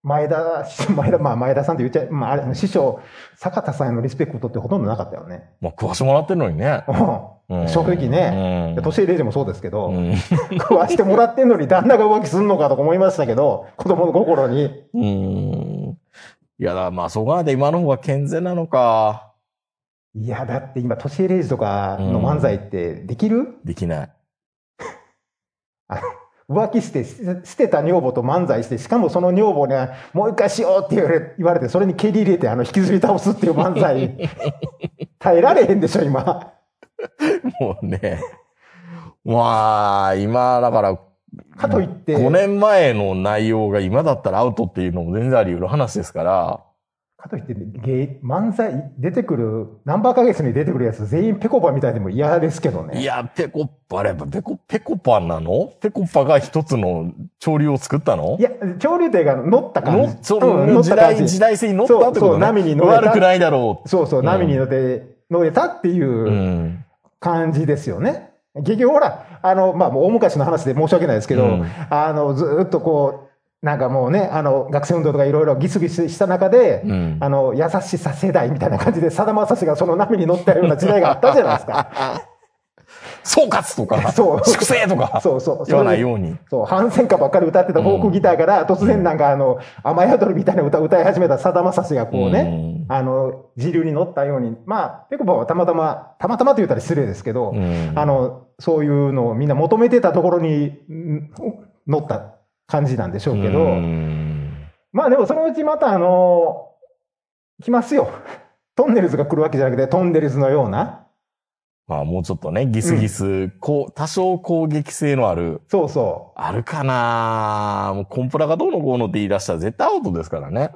[SPEAKER 4] 前田、 前田、まあ前田さんって言っちゃい、まああれ、師匠、坂田さんへのリスペクトってほとんどなかったよね。
[SPEAKER 3] まあ、食わしてもらってるのにね。
[SPEAKER 4] うん。正直ね。
[SPEAKER 3] ね
[SPEAKER 4] 年齢でもそうですけど、
[SPEAKER 3] うん。
[SPEAKER 4] 食わしてもらってんのに旦那が浮気すんのかとか思いましたけど、子供の心に。
[SPEAKER 3] うん。いや、だからまあ、そこまで今の方が健全なのか。
[SPEAKER 4] いや、だって今、年齢児とかの漫才ってできる、
[SPEAKER 3] できない。
[SPEAKER 4] 浮気して、し捨てた女房と漫才して、しかもその女房に、もう一回しようって言われ言われて、それに蹴り入れて、あの、引きずり倒すっていう漫才。 耐えられへんでしょ、今。
[SPEAKER 3] もうね。まあ、今、だから、
[SPEAKER 4] かといって、
[SPEAKER 3] 5年前の内容が今だったらアウトっていうのも全然あり得る話ですから。
[SPEAKER 4] かといって、芸漫才出てくる、ナンバーカゲスに出てくるやつ全員ペコパみたいでも嫌ですけどね。
[SPEAKER 3] いや、ペコパ、あれ、ペコ、ペコパなのペコパが一つの潮流を作ったの
[SPEAKER 4] いや、潮流亭が乗った感
[SPEAKER 3] の
[SPEAKER 4] じ。
[SPEAKER 3] そううん
[SPEAKER 4] 乗っ
[SPEAKER 3] 時
[SPEAKER 4] た感
[SPEAKER 3] 代、
[SPEAKER 4] じ
[SPEAKER 3] 時代性に乗ったってこと、ね、
[SPEAKER 4] そうそう波に乗れた
[SPEAKER 3] 悪くないだろ
[SPEAKER 4] そうそう、
[SPEAKER 3] うん。
[SPEAKER 4] 波に乗って、乗れたっていう
[SPEAKER 3] う。
[SPEAKER 4] うん感じですよね。結局ほら、あの、まあ、もう大昔の話で申し訳ないですけど、
[SPEAKER 3] うん
[SPEAKER 4] あの、ずーっとこう、なんかもうね、あの、学生運動とかいろいろギスギスした中で、
[SPEAKER 3] うん
[SPEAKER 4] あの、優しさ世代みたいな感じで、さだまさしがその波に乗ったような時代があったじゃないです か。
[SPEAKER 3] 総括とか、
[SPEAKER 4] そう
[SPEAKER 3] 粛清とか、
[SPEAKER 4] そうそう。
[SPEAKER 3] 言わないように。
[SPEAKER 4] そう、反戦歌ばっかり歌ってたフォークギターから、突然なんかあの、雨宿りみたいな歌歌い始めたさだまさしがこうね、あの、時流に乗ったように、まあ、ペコパはたまたま、たまたまと言ったら失礼ですけど、
[SPEAKER 3] うん
[SPEAKER 4] あの、そういうのをみんな求めてたところに、ん乗った感じなんでしょうけど、
[SPEAKER 3] うん
[SPEAKER 4] まあでもそのうちまたあの、来ますよ。トンネルズが来るわけじゃなくて、トンネルズのような、
[SPEAKER 3] まあもうちょっとね、ギスギス、こう、多少攻撃性のある、
[SPEAKER 4] そうそ
[SPEAKER 3] あるかなもうコンプラがどうのこうのって言い出したら絶対アウトですからね。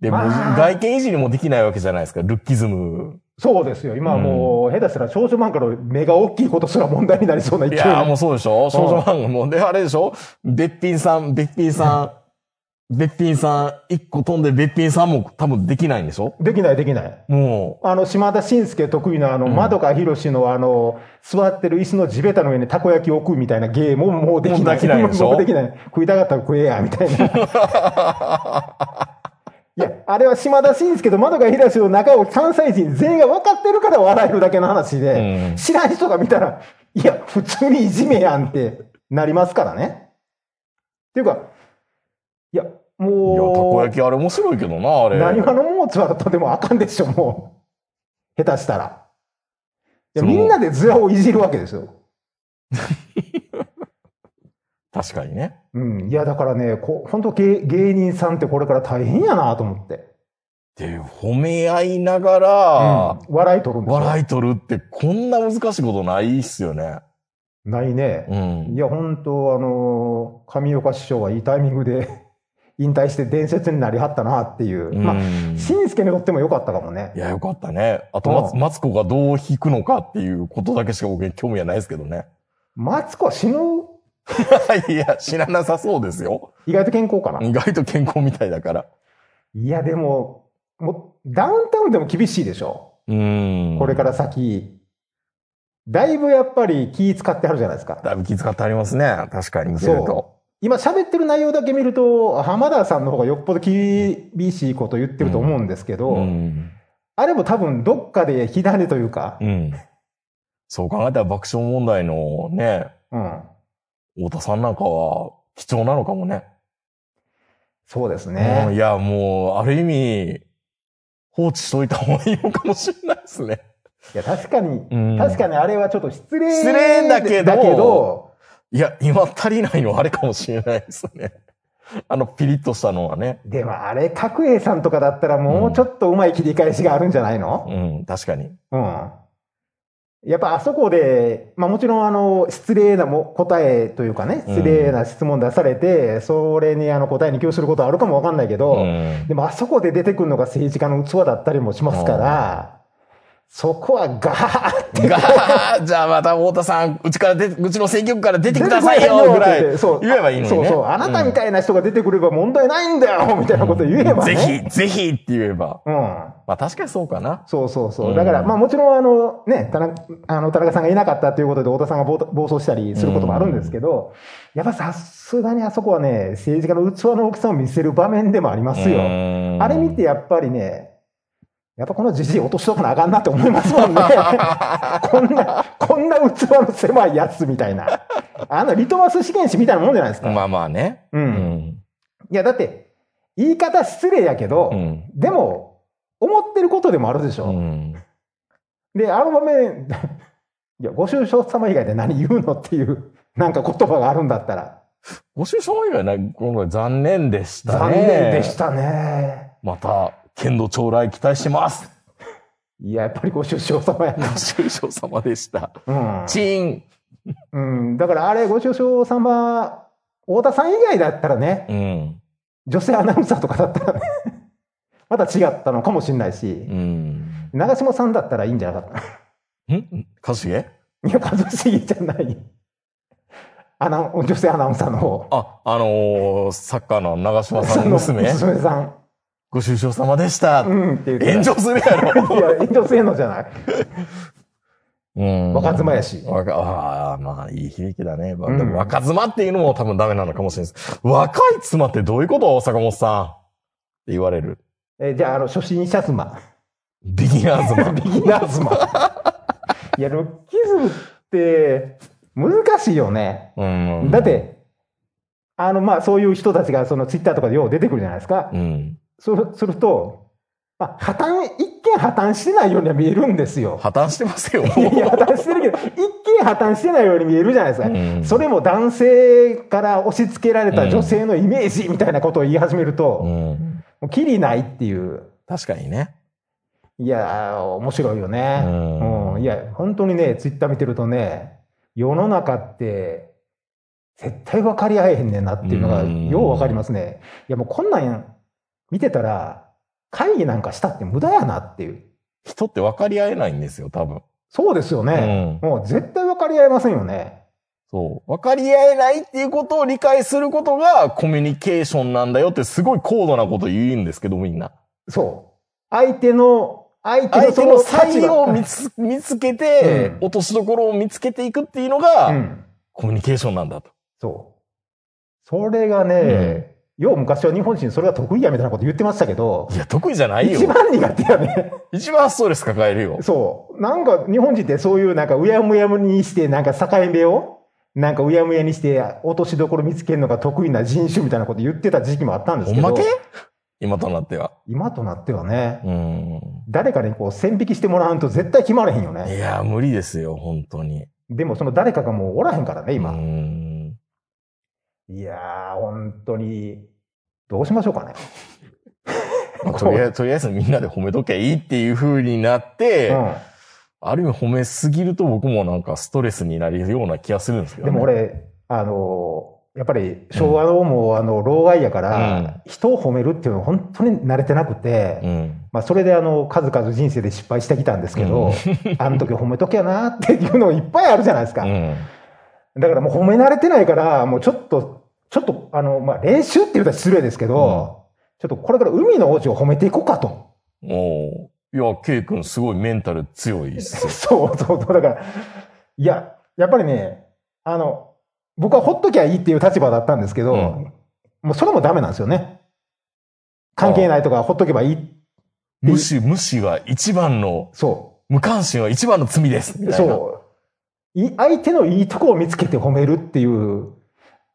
[SPEAKER 3] で、もう
[SPEAKER 4] まあ
[SPEAKER 3] 外見維持にもできないわけじゃないですか、ルッキズム。
[SPEAKER 4] う、そうですよ。今はもう、下手したら少女漫画の目が大きいことすら問題になりそうな勢
[SPEAKER 3] い
[SPEAKER 4] い
[SPEAKER 3] やー
[SPEAKER 4] に
[SPEAKER 3] もうそうでしょ少女漫画も。で、あれでしょべっぴんさん、べっぴんさん、べっぴんさん、一個飛んでべっぴんさんも多分できないんでしょ
[SPEAKER 4] できない、できない。
[SPEAKER 3] も
[SPEAKER 4] あの、島田紳介得意な、あの、
[SPEAKER 3] ん
[SPEAKER 4] 窓かひろしの、あの、座ってる椅子の地べたの上にたこ焼きを置くみたいなゲームももうでき
[SPEAKER 3] もう
[SPEAKER 4] ない。
[SPEAKER 3] できないでしょ
[SPEAKER 4] もうできない。食いたかったら食えや、みたいな。いや、あれは島田紳介と窓かひろしの仲を関西人全員が分かってるから笑えるだけの話で、
[SPEAKER 3] うん
[SPEAKER 4] 知らん人が見たら、いや、普通にいじめやんってなりますからね。っていうか、いや、
[SPEAKER 3] う、いや、たこ
[SPEAKER 4] もう
[SPEAKER 3] 焼、きあれ面白いけどな、あれ。
[SPEAKER 4] 何話のもを座るとでもあかんでしょ、もう。下手したら。いや、
[SPEAKER 3] その
[SPEAKER 4] みんなでズラをいじるわけですよ。
[SPEAKER 3] 確かにね。
[SPEAKER 4] うん。いや、だからね、こ本当芸芸人さんってこれから大変やなと思って。
[SPEAKER 3] で、褒め合いながら、
[SPEAKER 4] うん笑い取るんですよ。
[SPEAKER 3] 笑い取るってこんな難しいことないっすよね。
[SPEAKER 4] ないね。
[SPEAKER 3] うん
[SPEAKER 4] い。や、本当あのー上岡師匠はいいタイミングで 引退して伝説になりはったなっていう。
[SPEAKER 3] うん
[SPEAKER 4] まあ、新助にとっても良かったかもね
[SPEAKER 3] い。や、よかったね。あと、マツ
[SPEAKER 4] うん
[SPEAKER 3] マツコがどう弾くのかっていうことだけしか僕に興味はないですけどね。
[SPEAKER 4] マツコは死ぬ、
[SPEAKER 3] いや、知らなさそうですよ。
[SPEAKER 4] 意外と健康かな。
[SPEAKER 3] 意外と健康みたいだから。
[SPEAKER 4] いや、でも、もう、ダウンタウンでも厳しいでしょ。
[SPEAKER 3] うん。
[SPEAKER 4] これから。先、だいぶやっぱり気使ってあるじゃないですか。
[SPEAKER 3] だいぶ気遣ってありますね。確かに見せると。
[SPEAKER 4] 今喋ってる内容だけ見ると、浜田さんの方がよっぽど厳しいこと言ってると思うんですけど、
[SPEAKER 3] うん。
[SPEAKER 4] あれも多分どっかで火種というか、
[SPEAKER 3] うん。そう考えたら爆笑問題のね、
[SPEAKER 4] うん、
[SPEAKER 3] 太田さんなんかは貴重なのかもね。
[SPEAKER 4] そうです
[SPEAKER 3] うんい
[SPEAKER 4] ね。
[SPEAKER 3] や、もう、ある意味、放置しといた方がいいのかもしれないですね。
[SPEAKER 4] いや、確かに、
[SPEAKER 3] うん
[SPEAKER 4] 確かにあれはちょっと失礼
[SPEAKER 3] 失礼だけど
[SPEAKER 4] だけど
[SPEAKER 3] いや、今足りないのはあれかもしれないですね。 あの、ピリッとしたのはね。
[SPEAKER 4] でもあれ、角栄さんとかだったらもうちょっとうまい切り返しがあるんじゃないの、
[SPEAKER 3] うん、確かに。
[SPEAKER 4] うん。やっぱあそこで、まあもちろんあの、失礼なも答えというかね、
[SPEAKER 3] うん
[SPEAKER 4] 失礼な質問出されて、それにあの答えに寄与することはあるかもわかんないけど、
[SPEAKER 3] うん
[SPEAKER 4] でもあそこで出てくるのが政治家の器だったりもしますから、そこはガーって
[SPEAKER 3] がーじゃあまた太田さん、うちからで、うちの選挙区から出てくださいよぐらい
[SPEAKER 4] 出てくださって言ってそう
[SPEAKER 3] 言えばいいのにね。
[SPEAKER 4] そうそう、あなたみたいな人が出てくれば問題ないんだよみたいなこと言えば
[SPEAKER 3] ぜ
[SPEAKER 4] ね。
[SPEAKER 3] ひ、ぜひって言えば。
[SPEAKER 4] うん。
[SPEAKER 3] まあ確かにそうかな。
[SPEAKER 4] そうそうそうう。
[SPEAKER 3] ん
[SPEAKER 4] だから、まあもちろんあの、ね、田中、あの、田中さんがいなかったということで、太田さんが暴暴走したりすることもあるんですけど、やっぱさすがにあそこはね、政治家の器の大きさを見せる場面でもあります
[SPEAKER 3] う
[SPEAKER 4] よ。
[SPEAKER 3] ん
[SPEAKER 4] あれ見てやっぱりね、やっぱこのじじい落としとかなあかんなって思います もんね。こんな、こんな器の狭いやつみたいな。あの、リトマス試験紙みたいなもんじゃないですか。
[SPEAKER 3] まあまあね。
[SPEAKER 4] うん。
[SPEAKER 3] う
[SPEAKER 4] い
[SPEAKER 3] ん。
[SPEAKER 4] や、だって、言い方失礼やけど、
[SPEAKER 3] うん。
[SPEAKER 4] でも、思ってることでもあるでしょ。
[SPEAKER 3] うん。
[SPEAKER 4] で、あの場面、 いや、ご愁傷様以外で何言うのっていう、なんか言葉があるんだったら、
[SPEAKER 3] ご愁傷以外ない、今回残念でしたね。
[SPEAKER 4] 残念でしたね。
[SPEAKER 3] また、剣道将来期待してます。
[SPEAKER 4] いや、やっぱりご愁傷様や
[SPEAKER 3] ご愁傷様でした。
[SPEAKER 4] な。
[SPEAKER 3] チーン。
[SPEAKER 4] うん。うん。だからあれ、ご愁傷様、太田さん以外だったらね、
[SPEAKER 3] うん。
[SPEAKER 4] 女性アナウンサーとかだったらね、 また違ったのかもしれないし
[SPEAKER 3] う、ん。
[SPEAKER 4] 長嶋さんだったらいいんじゃなかった
[SPEAKER 3] ん一茂
[SPEAKER 4] いや、一茂じゃない。アナウン女性アナウンサーの方。
[SPEAKER 3] あ、あのーサッカーの長嶋さんの娘
[SPEAKER 4] その娘さん。
[SPEAKER 3] ご愁傷様でした。
[SPEAKER 4] うん、っていう。
[SPEAKER 3] 炎上するやろ。
[SPEAKER 4] いや、炎上せんのじゃない。
[SPEAKER 3] うん
[SPEAKER 4] 若妻やし
[SPEAKER 3] 若ああ、まあ、いい響きだね。わ
[SPEAKER 4] うん
[SPEAKER 3] 若妻っていうのも多分ダメなのかもしれないです。若い妻ってどういうこと坂本さん。って言われる。
[SPEAKER 4] えじゃあ、あの、初心者妻。
[SPEAKER 3] ビギナー妻。
[SPEAKER 4] ビギナー妻。いや、ロッキズムって、難しいよね。
[SPEAKER 3] うん。
[SPEAKER 4] だっ、て、あの、まあ、そういう人たちが、その、ツイッターとかでよう出てくるじゃないですか。
[SPEAKER 3] うん。
[SPEAKER 4] そうすると、まあ、破綻、一見破綻してないようには見えるんで すよ。
[SPEAKER 3] 破綻してますよ。
[SPEAKER 4] いやいや、破綻してるけど、一見破綻してないように見えるじゃないです か。
[SPEAKER 3] うん
[SPEAKER 4] それも男性から押し付けられた女性のイメージみたいなことを言い始めると、
[SPEAKER 3] う
[SPEAKER 4] も
[SPEAKER 3] ん。
[SPEAKER 4] うキリないっていう。
[SPEAKER 3] 確かにね。
[SPEAKER 4] いやー、面白いよね。
[SPEAKER 3] うん
[SPEAKER 4] うんいや、本当にね、ツイッター見てるとね、世の中って、絶対分かり合えへんねんなっていうのが、
[SPEAKER 3] うん
[SPEAKER 4] よう分かりますね。いや、もうこんなん見てたら、会議なんかしたって無駄やなっていう。
[SPEAKER 3] 人って分かり合えないんですよ、多分。
[SPEAKER 4] そうですよね。
[SPEAKER 3] うん。
[SPEAKER 4] もう絶対分かり合えませんよね。
[SPEAKER 3] そう。分かり合えないっていうことを理解することがコミュニケーションなんだよってすごい高度なこと言うんですけど、みんな。
[SPEAKER 4] そう。相手の、相手
[SPEAKER 3] 相
[SPEAKER 4] のそ
[SPEAKER 3] 手
[SPEAKER 4] の
[SPEAKER 3] の
[SPEAKER 4] 立場
[SPEAKER 3] 才を見つ、見つけて、
[SPEAKER 4] うん
[SPEAKER 3] 落としどころを見つけていくっていうのが、
[SPEAKER 4] うん。
[SPEAKER 3] コミュニケーションなんだと。
[SPEAKER 4] そう。それがね、よう昔は日本人それが得意やみたいなこと言ってましたけど
[SPEAKER 3] い、や、得意じゃないよ
[SPEAKER 4] 一。番苦手 やね。
[SPEAKER 3] 一番ストレス抱えるよ。
[SPEAKER 4] そう。なんか日本人ってそういうなんかうやむやにして、なんか境目を、なんかうやむやにして落としどころ見つけるのが得意な人種みたいなこと言ってた時期もあったんで
[SPEAKER 3] ほ
[SPEAKER 4] す
[SPEAKER 3] ん
[SPEAKER 4] けど。
[SPEAKER 3] まけ今となっては。
[SPEAKER 4] 今となってはね、
[SPEAKER 3] うん。
[SPEAKER 4] 誰かにこう線引きしてもらわんと絶対決まらへんよ
[SPEAKER 3] い
[SPEAKER 4] ね。
[SPEAKER 3] や、無理ですよ、本当に。
[SPEAKER 4] でもその誰かがもうおらへんからね、今。
[SPEAKER 3] うん。
[SPEAKER 4] いやー、本当に、どうしましょうかね。
[SPEAKER 3] まあとりあえず、とりあえずみんなで褒めとけいいっていう風になって、
[SPEAKER 4] う
[SPEAKER 3] ある意味褒めすぎると僕もなんかストレスになるような気がするんですけ
[SPEAKER 4] ん、
[SPEAKER 3] ど、ね。
[SPEAKER 4] でも、俺、あのーやっぱり昭和のもう、あの老害やから、人を褒めるっていうのは本当に慣れてなくて、
[SPEAKER 3] うん。
[SPEAKER 4] まあ、それであの数々人生で失敗してきたんですけど、 あの時褒めときゃなっていうのいっぱいあるじゃないですか、
[SPEAKER 3] うん。
[SPEAKER 4] だからもう褒め慣れてないから、もうちょっと、ちょっとあの、まあ、練習って言うと失礼ですけど、ちょっとこれから海の王子を褒めていこうかと。
[SPEAKER 3] おー いや、ケイ君すごいメンタル強いですよ。
[SPEAKER 4] そうそうそう。だから、いや、やっぱりね、あの、僕はほっときゃいいっていう立場だったんですけど、
[SPEAKER 3] うん
[SPEAKER 4] もうそれもダメなんですよね。関係ないとか、ほっとけばいい。
[SPEAKER 3] 無視、無視は一番の、
[SPEAKER 4] そ
[SPEAKER 3] 無関心は一番の罪です。み
[SPEAKER 4] う。
[SPEAKER 3] たいな。
[SPEAKER 4] そう。い相手のいいとこを見つけて褒めるっていう、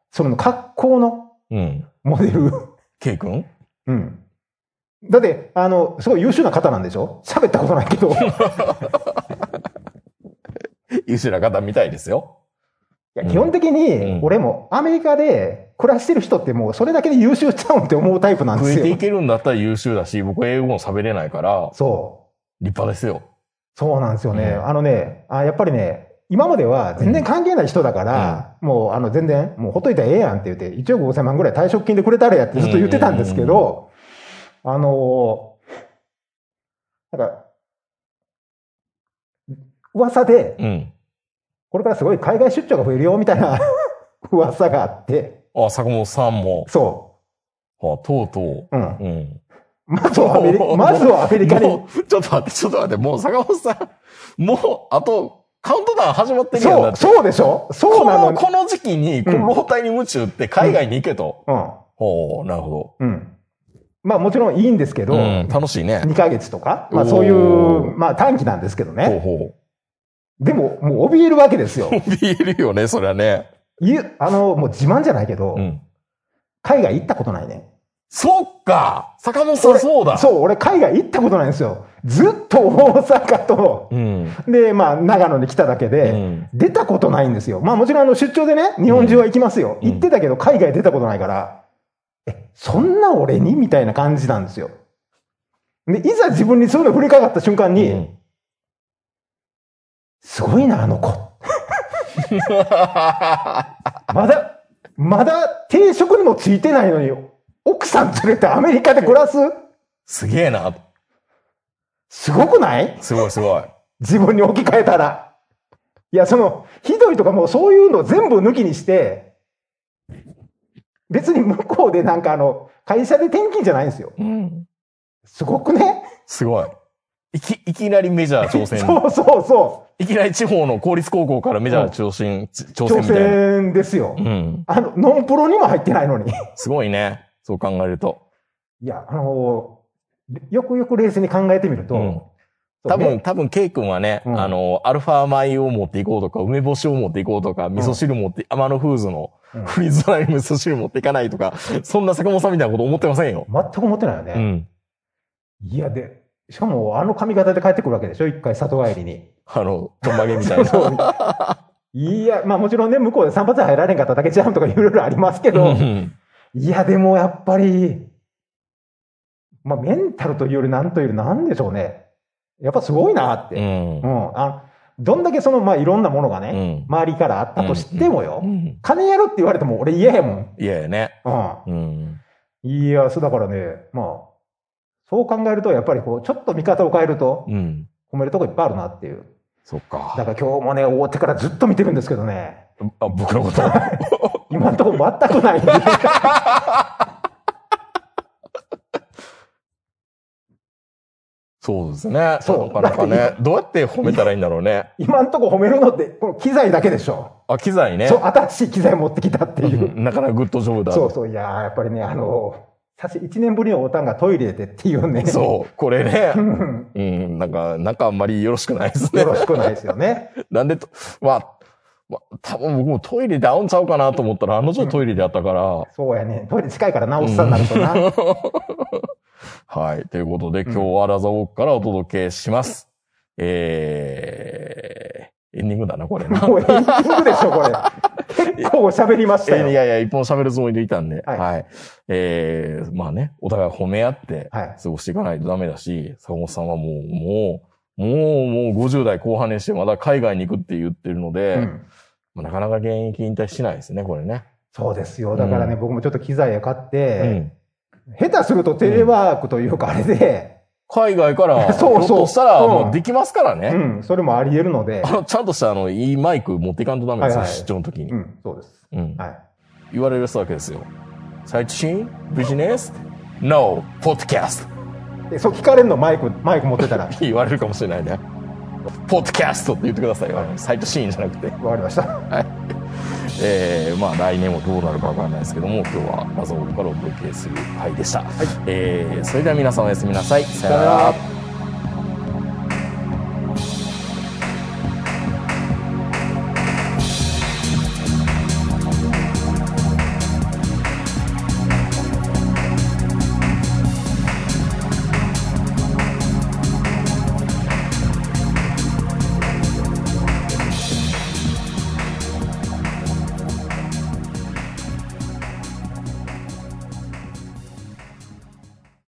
[SPEAKER 4] その格好の
[SPEAKER 3] うん。
[SPEAKER 4] モデ ル。
[SPEAKER 3] ケイ君
[SPEAKER 4] うん。だって、あの、すごい優秀な方なんでしょ喋ったことな いけど。い
[SPEAKER 3] 優秀な方みたいですよ。
[SPEAKER 4] や基本的
[SPEAKER 3] うん
[SPEAKER 4] に、俺もアメリカで暮らしてる人ってもうそれだけで優秀ちゃうんって思うタイプなんで
[SPEAKER 3] 食
[SPEAKER 4] す
[SPEAKER 3] え
[SPEAKER 4] よ
[SPEAKER 3] て。いけるんだったら優秀だし、僕英語も喋れないから、
[SPEAKER 4] そ
[SPEAKER 3] 立派ですよ。
[SPEAKER 4] う。そうなんですよね。
[SPEAKER 3] うん
[SPEAKER 4] あのねあ、やっぱりね、今までは全然関係ない人だから、もうあの全然、もうほっといたらええやんって言って、1億5000万ぐらい退職金でくれたらやってずっと言ってたんですけど、あのーなんか、噂で、
[SPEAKER 3] うん。
[SPEAKER 4] これからすごい海外出張が増えるよみたいな 噂があって、
[SPEAKER 3] あ、坂本さんも、
[SPEAKER 4] そ
[SPEAKER 3] あとうと
[SPEAKER 4] う。うん
[SPEAKER 3] う。。うん。
[SPEAKER 4] まずはアメリ
[SPEAKER 3] も
[SPEAKER 4] カ、
[SPEAKER 3] う
[SPEAKER 4] まずはアメリカに。
[SPEAKER 3] もうちょっと待って、ちょっと待って、もう坂本さん、もう、あと、カウントダウン始まってるやん
[SPEAKER 4] そ
[SPEAKER 3] だっ
[SPEAKER 4] う、
[SPEAKER 3] て。
[SPEAKER 4] そうでしょそう
[SPEAKER 3] こ
[SPEAKER 4] なの
[SPEAKER 3] の、
[SPEAKER 4] に。
[SPEAKER 3] この時期に、こ
[SPEAKER 4] うん
[SPEAKER 3] の老体に夢中って海外に行けと。ほう、なるほ
[SPEAKER 4] うん。うん。まあもちろんいいんですけど、
[SPEAKER 3] ど。うん、楽しいね。
[SPEAKER 4] 2ヶ月とか、まあ
[SPEAKER 3] おー
[SPEAKER 4] そういう、まあ短期なんですけど
[SPEAKER 3] ほう
[SPEAKER 4] ね。
[SPEAKER 3] ほ
[SPEAKER 4] でも、もう怯えるわけですよ
[SPEAKER 3] う。。怯えるよね、そりゃね。
[SPEAKER 4] いうあの、もう自慢じゃないけど、
[SPEAKER 3] うん。
[SPEAKER 4] 海外行ったことないね。
[SPEAKER 3] そっか坂本さんそうだ
[SPEAKER 4] そう、俺海外行ったことないんですよ。ずっと大阪と、
[SPEAKER 3] うん。
[SPEAKER 4] で、まあ長野に来ただけ
[SPEAKER 3] う
[SPEAKER 4] で、
[SPEAKER 3] ん。
[SPEAKER 4] 出たことないんですよ。まあもちろんあの出張でね、日本中は行きますよ。
[SPEAKER 3] うん
[SPEAKER 4] 行ってたけど海外出たことないから、え、そんな俺にみたいな感じなんですよ。で、いざ自分にそういうの振りかかった瞬間に、
[SPEAKER 3] うん
[SPEAKER 4] すごいな、あの子。まだ、まだ定職にもついてないのに、奥さん連れてアメリカで暮らす
[SPEAKER 3] すげえな。
[SPEAKER 4] すごくない
[SPEAKER 3] すごいすごい。
[SPEAKER 4] 自分に置き換えたら。いや、その、ひどいとかもうそういうのを全部抜きにして、別に向こうでなんかあの、会社で転勤じゃないんですよ。
[SPEAKER 3] うん。
[SPEAKER 4] すごくね
[SPEAKER 3] すごい。いき、いきなりメジャー挑戦。
[SPEAKER 4] そうそうそ
[SPEAKER 3] いきなり地方の公立高校からメジャー挑戦、ち
[SPEAKER 4] う。
[SPEAKER 3] 挑戦
[SPEAKER 4] 挑
[SPEAKER 3] みたいな。
[SPEAKER 4] 戦ですよ。
[SPEAKER 3] うん。
[SPEAKER 4] あの、ノンプロにも入ってないのに。
[SPEAKER 3] すごいね。そう考えると。
[SPEAKER 4] いや、あのよくよく冷静に考えてみると、
[SPEAKER 3] うん
[SPEAKER 4] そう
[SPEAKER 3] 多分、
[SPEAKER 4] ね
[SPEAKER 3] 多分、ケイ君はね、
[SPEAKER 4] うん
[SPEAKER 3] あの、アルファ米を持っていこうとか、梅干しを持っていこうとか、味噌汁持って、アマノフーズの
[SPEAKER 4] うん
[SPEAKER 3] フリーズドライ味噌汁持っていかないとか、そんな坂本さんみたいなこと思ってませんよ。
[SPEAKER 4] 全く思ってないよ
[SPEAKER 3] う
[SPEAKER 4] ね、
[SPEAKER 3] ん。
[SPEAKER 4] いや、で、しかもあの髪型で帰ってくるわけでしょ一回里帰りに。
[SPEAKER 3] あの、ちょんまげみたいな。
[SPEAKER 4] そういや、まあもちろんね、向こうで散髪入られんかっただけじゃんとかいろいろありますけ
[SPEAKER 3] う
[SPEAKER 4] ど、
[SPEAKER 3] ん
[SPEAKER 4] いや、でもやっぱり、まあメンタルというよりなんというよりなんでしょうね。やっぱすごいなっ
[SPEAKER 3] う
[SPEAKER 4] て。
[SPEAKER 3] ん
[SPEAKER 4] う。ん。あどんだけその、まあいろんなものが
[SPEAKER 3] う
[SPEAKER 4] ね、
[SPEAKER 3] ん。
[SPEAKER 4] 周りからあったとしてもよ、
[SPEAKER 3] うん。
[SPEAKER 4] 金やるって言われても俺嫌やもん。
[SPEAKER 3] いやいやね。
[SPEAKER 4] うん。
[SPEAKER 3] うん。
[SPEAKER 4] いや、そうだからね、まあ、そう考えると、やっぱりこう、ちょっと見方を変えると、
[SPEAKER 3] うん。
[SPEAKER 4] 褒めるとこいっぱいあるなっていう。
[SPEAKER 3] そっ
[SPEAKER 4] だ
[SPEAKER 3] か。
[SPEAKER 4] から今日もね、終わってからずっと見てるんですけどね、
[SPEAKER 3] あ、僕のこと。
[SPEAKER 4] 今のところ全 くない。
[SPEAKER 3] そうですね。
[SPEAKER 4] そ
[SPEAKER 3] な
[SPEAKER 4] う
[SPEAKER 3] かなか
[SPEAKER 4] だ
[SPEAKER 3] ね。どうやって褒めたらいいんだろうね。
[SPEAKER 4] 今のところ褒めるのって、この機材だけでしょ。
[SPEAKER 3] あ、機材ね
[SPEAKER 4] そ。う、新しい機材持ってきたっていうう。
[SPEAKER 3] んなかなかグッドジョブだ。
[SPEAKER 4] そうそう、いやーやっぱりね、あの、さし1年ぶりのおたんがトイレでっていうね。
[SPEAKER 3] そう。これね
[SPEAKER 4] う。ん。
[SPEAKER 3] うん、なんか、なんかあんまりよろしくないです ね
[SPEAKER 4] よ。ろしくないですよね。
[SPEAKER 3] なんでと、まあ、まあ、多分僕もトイレで会うんちゃうかなと思ったら、あの女トイレで会ったから、
[SPEAKER 4] そうやね。トイレ近いから直すさになるとな。
[SPEAKER 3] はい。ということで、今日はラザウォークからお届けします。えー、エンディングだな、これな。
[SPEAKER 4] もうエンディングでしょ、これ。結構喋りま した
[SPEAKER 3] えーい
[SPEAKER 4] よ。
[SPEAKER 3] やいや、一本喋るつもりでいたんで、は。
[SPEAKER 4] はいい
[SPEAKER 3] えー、まあね、お互い褒め合って、
[SPEAKER 4] はい。
[SPEAKER 3] 過ごしていかないとダメだし、坂本さんはもう、もう、もう、もう50代後半にしてまだ海外に行くって言ってるので、
[SPEAKER 4] うん
[SPEAKER 3] まあなかなか現役引退しないですね、これね。
[SPEAKER 4] そうですよ。だからね、
[SPEAKER 3] うん
[SPEAKER 4] 僕もちょっと機材を買っ
[SPEAKER 3] う
[SPEAKER 4] て、
[SPEAKER 3] ん。
[SPEAKER 4] 下手するとテレワークというかあれで、
[SPEAKER 3] 海外から、
[SPEAKER 4] そうそう
[SPEAKER 3] ひょっとしたら、
[SPEAKER 4] うん
[SPEAKER 3] もうできますから
[SPEAKER 4] う
[SPEAKER 3] ね。
[SPEAKER 4] ん、それもあり得るので
[SPEAKER 3] あ、の、ちゃんとした、あの、いいマイク持っていかんとダメですよ、
[SPEAKER 4] はいはい
[SPEAKER 3] 出張の時に
[SPEAKER 4] う。ん、そうです。
[SPEAKER 3] うん。
[SPEAKER 4] はい。
[SPEAKER 3] 言われるわけですよ。最新ビジネス ?No! ポッドキャスト
[SPEAKER 4] えそう聞かれるの、マイク、マイク持ってたら。
[SPEAKER 3] 言われるかもしれないね。ポッドキャストって言ってくださいよ。あのサイトシーンじゃなくて。
[SPEAKER 4] わかりました。
[SPEAKER 3] えー、まあ来年もどうなるかわからないですけども、今日は謎をからお届けする回でした。えー、それでは皆さんおやすみなさい。さよなら。